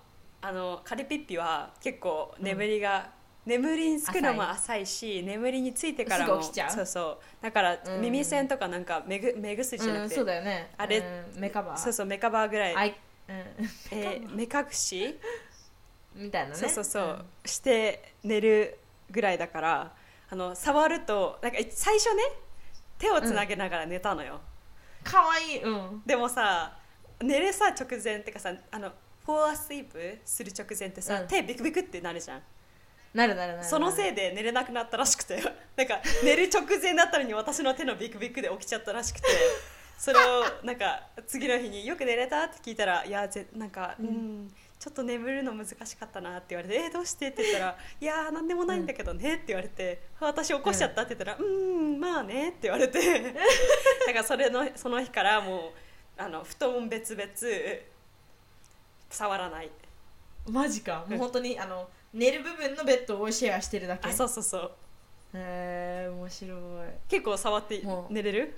B: あのカリピッピは結構眠りが、眠りにつくのも浅いし眠りについてからも
A: すぐ起きちゃう
B: そうそうだから
A: うん
B: 耳栓とかなんか目ぐ目薬じゃな
A: う
B: く
A: ん、
B: て、
A: そうだよね
B: あれ
A: うんメカバー
B: そうそう目カバーぐらい、
A: あいうん、
B: えー目隠し
A: みたいなね
B: そうそうそう、して寝るぐらいだからあの触るとなんかえ最初ね手をつなげながら寝たのよ、
A: かわいいうん
B: でもさ寝るさ直前ってかさあのフォーアスイープする直前ってさ、
A: うん
B: 手ビクビクってなるじゃん
A: なるなるなる
B: そのせい
A: い
B: で寝れなくなったらしく てなんか寝る直前だったのに私の手のビクビクで起きちゃったらしくてそれをなんか次の日によく寝れたって聞いたら「いやぜなんか、うん、ちょっと眠るの難しかったな」って言われて「えどうして?」って言 ったら「いやーなんでもないんだけどね」って言われて「私起こしちゃった」って言ったら「うーんまあね」って言われてだからそれのその日からもうあの布団別々触らない
A: マジかもう本当にあの寝る部分のベッドをシェアしてるだけ
B: あそうそうそう
A: へえ面白い
B: 結構触って
A: もう
B: 寝れる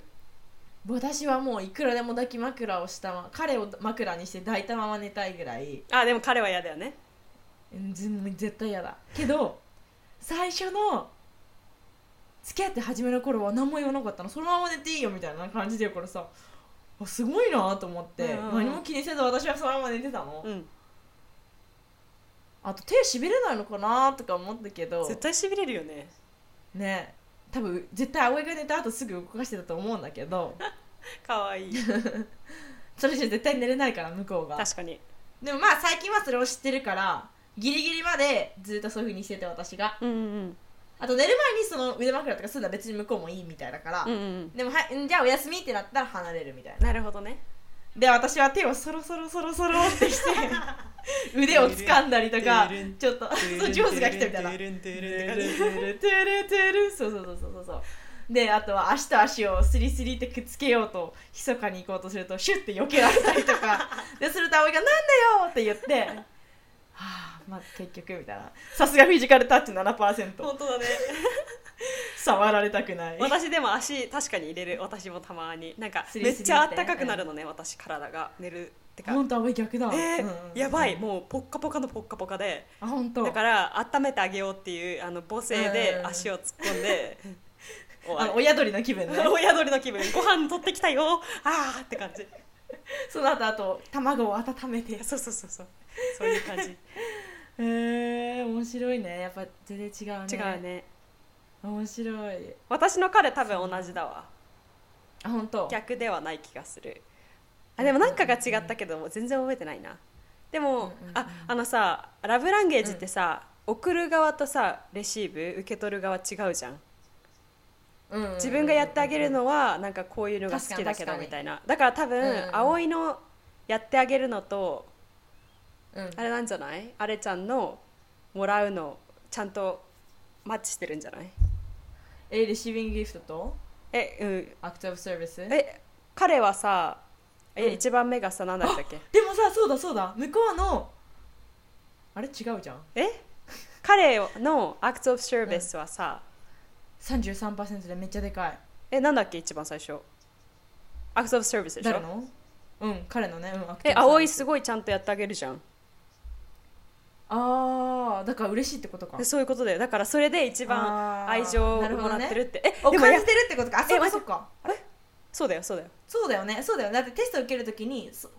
A: 私はもういくらでも抱き枕をしたま彼を枕にして抱いたまま寝たいぐらい
B: あでも彼は嫌だよね
A: うんず絶対嫌だけど最初の付き合って初めの頃は何も言わなかったのそのまま寝ていいよみたいな感じで言うからさあすごいなと思って、
B: うんうんうん
A: 何も気にせず私はそのまま寝てたの、
B: うん
A: あと手しびれないのかなとか思ったけど
B: 絶対しびれるよね
A: ね多分絶対葵が寝た後すぐ動かしてたと思うんだけど
B: 可愛い
A: それじゃ絶対寝れないから向こう が
B: 確かに
A: でもまあ最近はそれを知ってるからギリギリまでずっとそういう風にしてて私が
B: うんうん
A: あと寝る前にその腕枕とかするのは別に向こうもいいみたいだから、
B: うんうん
A: でもはいんじゃあお休みってなったら離れるみたいな
B: なるほど ね
A: で私は手をそろそろそろそろってして 腕を掴んだりとか
B: てるん
A: ちょっと そう上手が来たみたいな
B: てるんて
A: て
B: るんてる
A: るて
B: んて
A: るてるてるそうそうそうそうそうそうであとは足と足をスリスリってくっつけようと密かに行こうとするとシュッて避けられたりと かですると葵が「なんだよ!」って言って「はあまあ結局」みたいなさすがフィジカルタッチ
B: る
A: 7%
B: 本当だね
A: 触られたくない
B: 私でも足確かに入れる私もたまになんか
A: スリ
B: め
A: ス
B: っ
A: リって
B: ちゃあったかくなるのね私体が寝るってか
A: 本当葵逆だ
B: え
A: うん
B: ーやばいもうポッカポカのポッカポカで
A: あ本当
B: だから温めてあげようっていうあの母性で足を突っ込ん で終
A: あの
B: わ
A: 親鳥の気分
B: り
A: ね
B: 親鳥の気分ご飯取ってきたよあーって感じ
A: その後あと卵を温めて
B: そうそうそうそうそういう 感じ
A: へえ面白いねやっぱ全然違うね
B: 違うね
A: 面白い
B: 私の彼多分同じだわ
A: あ本当
B: 逆ではない気がするあでもなんかが違ったけども全然覚えてないなでも、
A: うんうんうん
B: ああのさラブランゲージってさ、送る側とさレシーブ受け取る側違うじゃん
A: うんうん
B: 自分がやってあげるのはなんかこういうのが好きだけ
A: 確か
B: ど
A: に確かに
B: みたいなだから多分、
A: うんうん
B: 葵のやってあげるのと
A: うん
B: あれなんじゃないあれちゃんのもらうのちゃんとマッチしてるんじゃない
A: えレシービングギフトと
B: えうん
A: アクティブサービスで
B: え彼はさえ、
A: うん
B: 一番目がさ何だったっけ
A: もさそうだそうだ向こうのあれ違うじゃん
B: え彼の Acts of Service はさ、
A: 33%でめっちゃでかい
B: えなんだっけ一番最初 Acts of Service でし
A: 誰
B: ょ
A: のうん彼のね、うん、アクティ
B: え
A: ブサービス
B: 葵すごいちゃんとやってあげるじゃん
A: ああだから嬉しいってことか
B: でそういうことだよだからそれで一番
A: あー
B: 愛情を
A: なるほ
B: も
A: ど
B: ら
A: ね
B: ってるってえ
A: お
B: でもや
A: 感じてるってことかあ
B: え
A: そうか
B: 待
A: そ
B: っ
A: うか
B: そうだよそうだよ
A: そうだよねそうだよねだってテスト受けるときにそ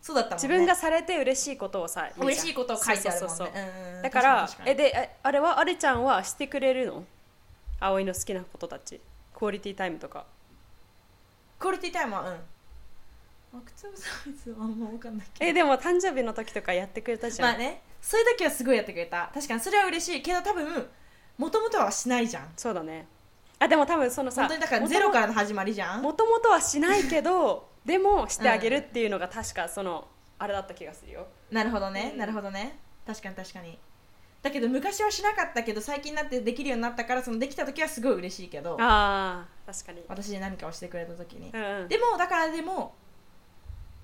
A: そうだったもん
B: 自
A: ね
B: 分がされて嬉しいことをさ言うじゃん
A: 嬉しいことを書いてあるもんね
B: そうそうそう
A: うんうん
B: だから
A: 確かに
B: え
A: 確かに
B: でえあれはあれちゃんはしてくれるの葵の好きなことたちクオリティタイムとか
A: クオリティタイムはうんアクティブサービスはあんま分かんないけど
B: えでも誕生日の時とかやってくれたじゃん、
A: まあねそういう時はすごいやってくれた確かにそれは嬉しいけど多分もともとはしないじゃん
B: そうだねあでも多分そのさ
A: 本当にだからゼロからの始まりじゃん
B: もともとはしないけ どでもしてあげるっていうのが確かそのあれだった気がするよ
A: なるほどね、
B: うん
A: なるほどね確かに確かにだけど昔はしなかったけど最近になってできるようになったからそのできた時はすごい嬉しいけど
B: ああ確かに
A: 私に何かをしてくれた時に、
B: うんうん
A: でもだからでも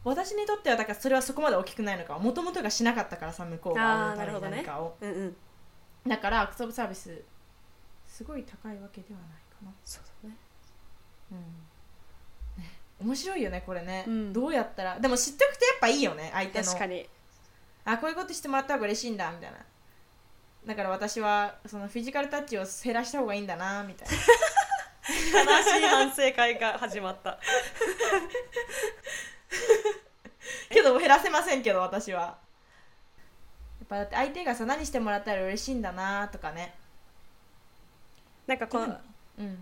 A: 私にとってはだからそれはそこまで大きくないのかもともとがしなかったからさ向こうが
B: あー
A: 俺のために
B: なるほどね
A: 何か
B: う
A: を、
B: んうん
A: だからアクセブサービスすごい高いわけではないかな
B: そうだね
A: うんね 面白いよねこれね、
B: うん
A: どうやったらでも知っておくとやっぱいいよね相手の
B: 確かに
A: あこういうことしてもらった方が嬉しいんだみたいなだから私はそのフィジカルタッチを減らした方がいいんだなみ たいな
B: 悲しい反省会が始まった
A: けど減らせませんけど私はやっぱだって相手がさ何してもらったら嬉しいんだなとかね
B: なんかこの
A: うん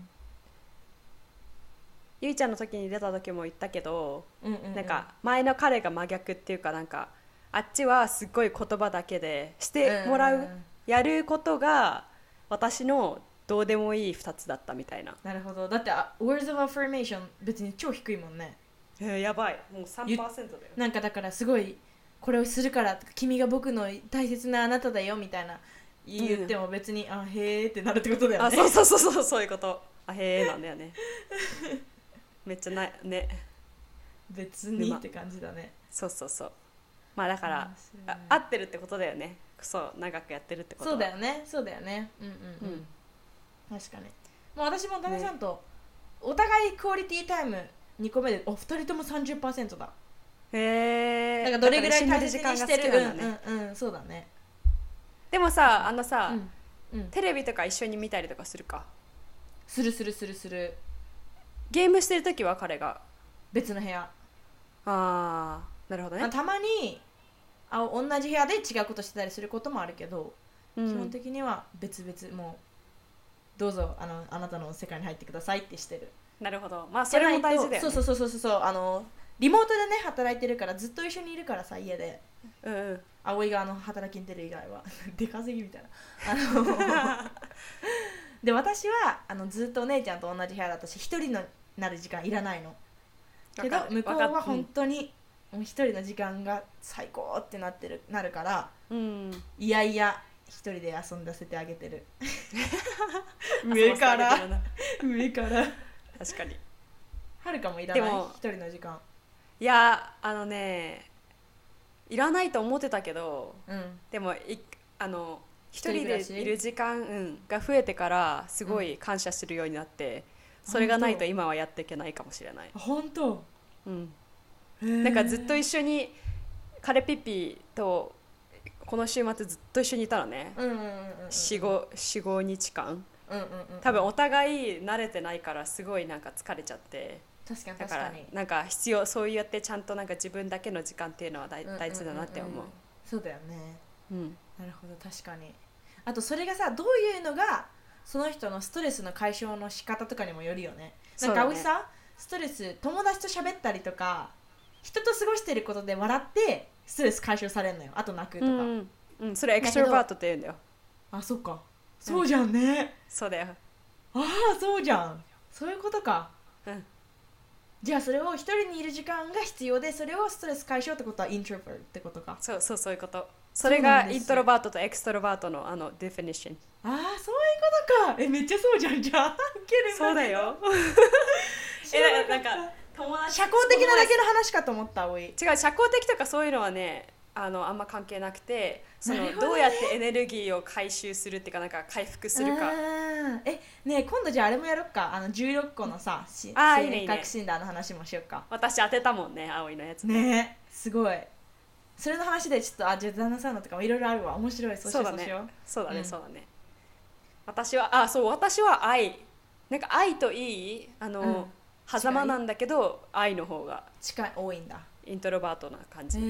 B: ゆいちゃんの時に出た時も言ったけど
A: うんうんうん
B: なんか前の彼が真逆っていうかなんかあっちはすっごい言葉だけでしてもらう,、
A: んんん
B: やることが私のどうでもいい2つだったみたいな、
A: なるほどだってあ words of affirmation 別に超低いもんね
B: えーやばいもう3%だよ
A: なんかだからすごいこれをするから君が僕の大切なあなただよみたいな言っても別に、あへーってなるってことだよ
B: あ
A: ね
B: そうそうそうそうそういうことあへえなんだよ ねめっちゃないね
A: 別にって感じだね
B: そうそうそうまあだから、
A: 面白い
B: あ
A: ね
B: 合ってるってことだよねそう長くやってるってことは
A: そうだよねそうだよねうんうん、うん確かにもう私も旦那さんと、お互いクオリティタイム2個目でお二人とも30%だ
B: へえ
A: だからどれぐらい大切
B: 時
A: に
B: 間が
A: し
B: 好
A: て
B: き
A: る
B: なんだね
A: うんうんうんそうだね
B: でもさあの
A: う
B: さ、
A: ん、うん、
B: テレビとか一緒に見たりとかするか
A: するするするする
B: ゲームしてる時は彼が
A: 別の部屋
B: ああなるほど
A: ま
B: ね
A: あ、たまにあ同じ部屋で違うことしてたりすることもあるけど、
B: うん
A: 基本的には別々もうどうぞあのあなたの世界に入ってくださいってしてる
B: なるほどまあそれも大事だよ、ね、
A: そうそうそうそうそうあのリモートでね働いてるからずっと一緒にいるからさ家で
B: うんうん
A: 葵があの働きに出る以外は 出稼ぎみたいなあ ので私はあのずっとお姉ちゃんと同じ部屋だったし一人のなる時間いらないのけど
B: わかる
A: 向こう
B: わか
A: は
B: っ
A: 本当にもう一人の時間が最高ってなってるなるから
B: うん、うん
A: いやいや一人で遊んだせてあげてる
B: 遊ばせてあげてるな
A: 上から
B: 確かに
A: はるかもいらない
B: でも
A: 一人の時間
B: いやあのねいらないと思ってたけど
A: うん
B: でもいあの一
A: 人
B: 人
A: 暮ら
B: で
A: し
B: いる時間、うん、が増えてからすごい感謝するようになって、それがないと今はやっていけないかもしれない、
A: 本当
B: うん、な
A: な
B: んかずっと一緒にカレピピとこの週末ずっと一緒にいたのね
A: うんうんうんうん
B: 45日間
A: うんうんうん
B: 多分お互い慣れてないからすごいなんか疲れちゃって
A: 確かに
B: だ
A: 確
B: か
A: からに
B: なんか必要そうやってちゃんとなんか自分だけの時間っていうのは大
A: うんうんうんう
B: 大
A: ん
B: 事だなって思う
A: そうだよね
B: うん
A: なるほど確かにあとそれがさどういうのがその人のストレスの解消の仕方とかにもよるよねな
B: そ
A: んか
B: うだね
A: 葵さん、ストレス友達と喋ったりとか人と過ごしてることで笑ってストレス解消されるのよあと泣くと
B: う
A: か、
B: んうんそれエクストロバートって言うんだよ
A: あそっかそうじゃんね、
B: そうだよ
A: ああそうじゃんそういうことか
B: うん
A: じゃあそれを一人にいる時間が必要でそれをストレス解消ってことはイントロバーってことか
B: そうそうそういうこと
A: そ
B: そう
A: な
B: れ
A: ん
B: が
A: です
B: イントロバートとエクストロバートのあのディフィニッ ション
A: ああそういうことかえめっちゃそうじゃんじゃあウケる
B: そうだよ
A: 知ら
B: え
A: な
B: な
A: か
B: ん
A: った
B: か友達
A: 社交的なだけの話かと思ったおい
B: 違う社交的とかそういうのはねあのあんま関係なくてその
A: なるほどね
B: どうやってエネルギーを回収するっていうかなんか回復する
A: あ
B: か
A: ーえねえ今度じゃああれもやろっかあの16個のさし
B: あーいいねい
A: 性
B: いね
A: 格診断の話もしよっか
B: 私当てたもんね葵のやつ
A: ねえすごいそれの話でちょっとあじゃあ旦那さんのとかもいろいろあるわ面白いそうしよ
B: そうだ
A: うそうし
B: ね
A: よう
B: そうだ
A: う
B: ね
A: ん
B: そうだね私はあそう私は愛なんか愛といいあ
A: うん
B: の狭間なんだけど愛の方が
A: 近い多いんだ
B: イントロバートな感じ
A: へ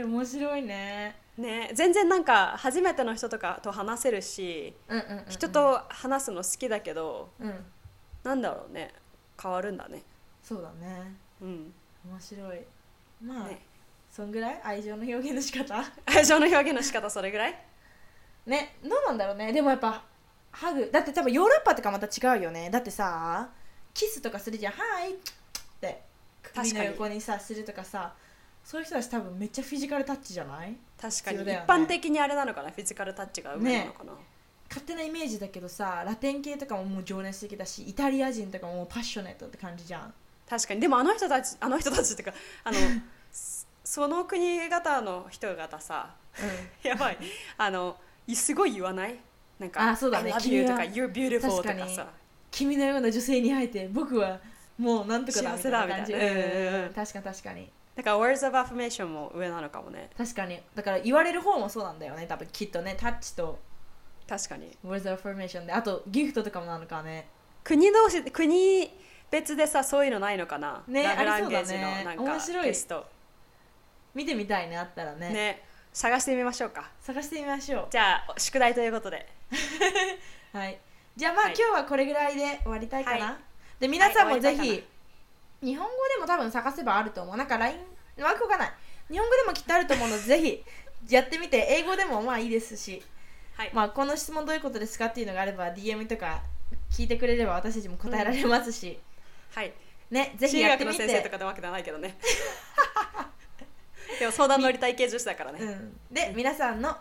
A: え面白いね
B: ね全然なんか初めての人とかと話せるし
A: うんうんうんうん
B: 人と話すの好きだけど
A: うん
B: なんだろうね変わるんだね
A: そうだね
B: うん
A: 面白いまあ、
B: ね
A: そんぐらい愛情の表現の仕方
B: 愛情の表現の仕方それぐらい
A: ねどうなんだろうねでもやっぱハグだって多分ヨーロッパとかまた違うよねだってさキスとかするじゃん「はい」って首
B: 確か
A: の
B: に
A: 横にさするとかさそういう人たち多分めっちゃフィジカルタッチじゃない
B: 確かに、
A: 必要だ
B: 一
A: よね
B: 般的にあれなのかなフィジカルタッチが上なのかな、
A: 勝手なイメージだけどさラテン系とかももう情熱的だしイタリア人とかももうパッショネットって感じじゃん
B: 確かにでもあの人たちあの人たちっていうかあのそその国型の人々 さやばいあのいすごい言わないなんか
A: あそうだね
B: I love you」
A: 君
B: と
A: は
B: か「You're beautiful」と
A: 確か
B: か
A: に
B: さ
A: 君のような女性に会えて僕はもうなんとかだ
B: 幸せだみたいな
A: みたいな感
B: う
A: じ
B: んうんうん
A: うん確かに確かに
B: だから「Words of Affirmation」も上なのかもね
A: 確かにだから言われる方もそうなんだよね多分きっとねタッチと
B: 確かに
A: Words of Affirmation であとギフトとかもなのかね
B: 国同士国別でさそういうのないのかな
A: ね
B: ラブ
A: あ
B: ラ
A: りそ
B: ン
A: う
B: ゲ
A: だ
B: ー
A: ね
B: ジのなんか
A: 面白い
B: テスト
A: 見てみたいねあったらね
B: ね探してみましょうか
A: 探してみましょ
B: じゃあ宿題ということで
A: うはいじゃあまあ、
B: はい
A: 今日はこれぐらいで終わりたいかな、
B: は
A: で皆さんもぜひ、
B: はい終わりたい
A: 日本語でも多分探せばあると思うなんか LINE ワークがない日本語でもきっとあると思うのでぜひやってみて英語でもまあいいですし
B: はい、
A: まあ、この質問どういうことですかっていうのがあれば DM とか聞いてくれれば私たちも答えられますし、
B: はい
A: ねぜひ
B: 中
A: や
B: 学
A: って
B: の
A: みて
B: 先生とかでわけじゃないけどね でも相談乗りたい系女子だからね、
A: うん、で皆さんの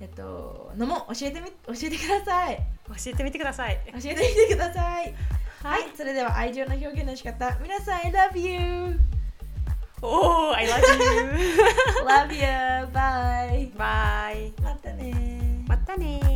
A: えっとのも教えてみ教えてください
B: 教えてみてください
A: 教えてみてくださいはい、それでは愛情の表現の仕方皆さん I love you
B: おお I love you
A: love you bye
B: bye
A: またねー
B: またねー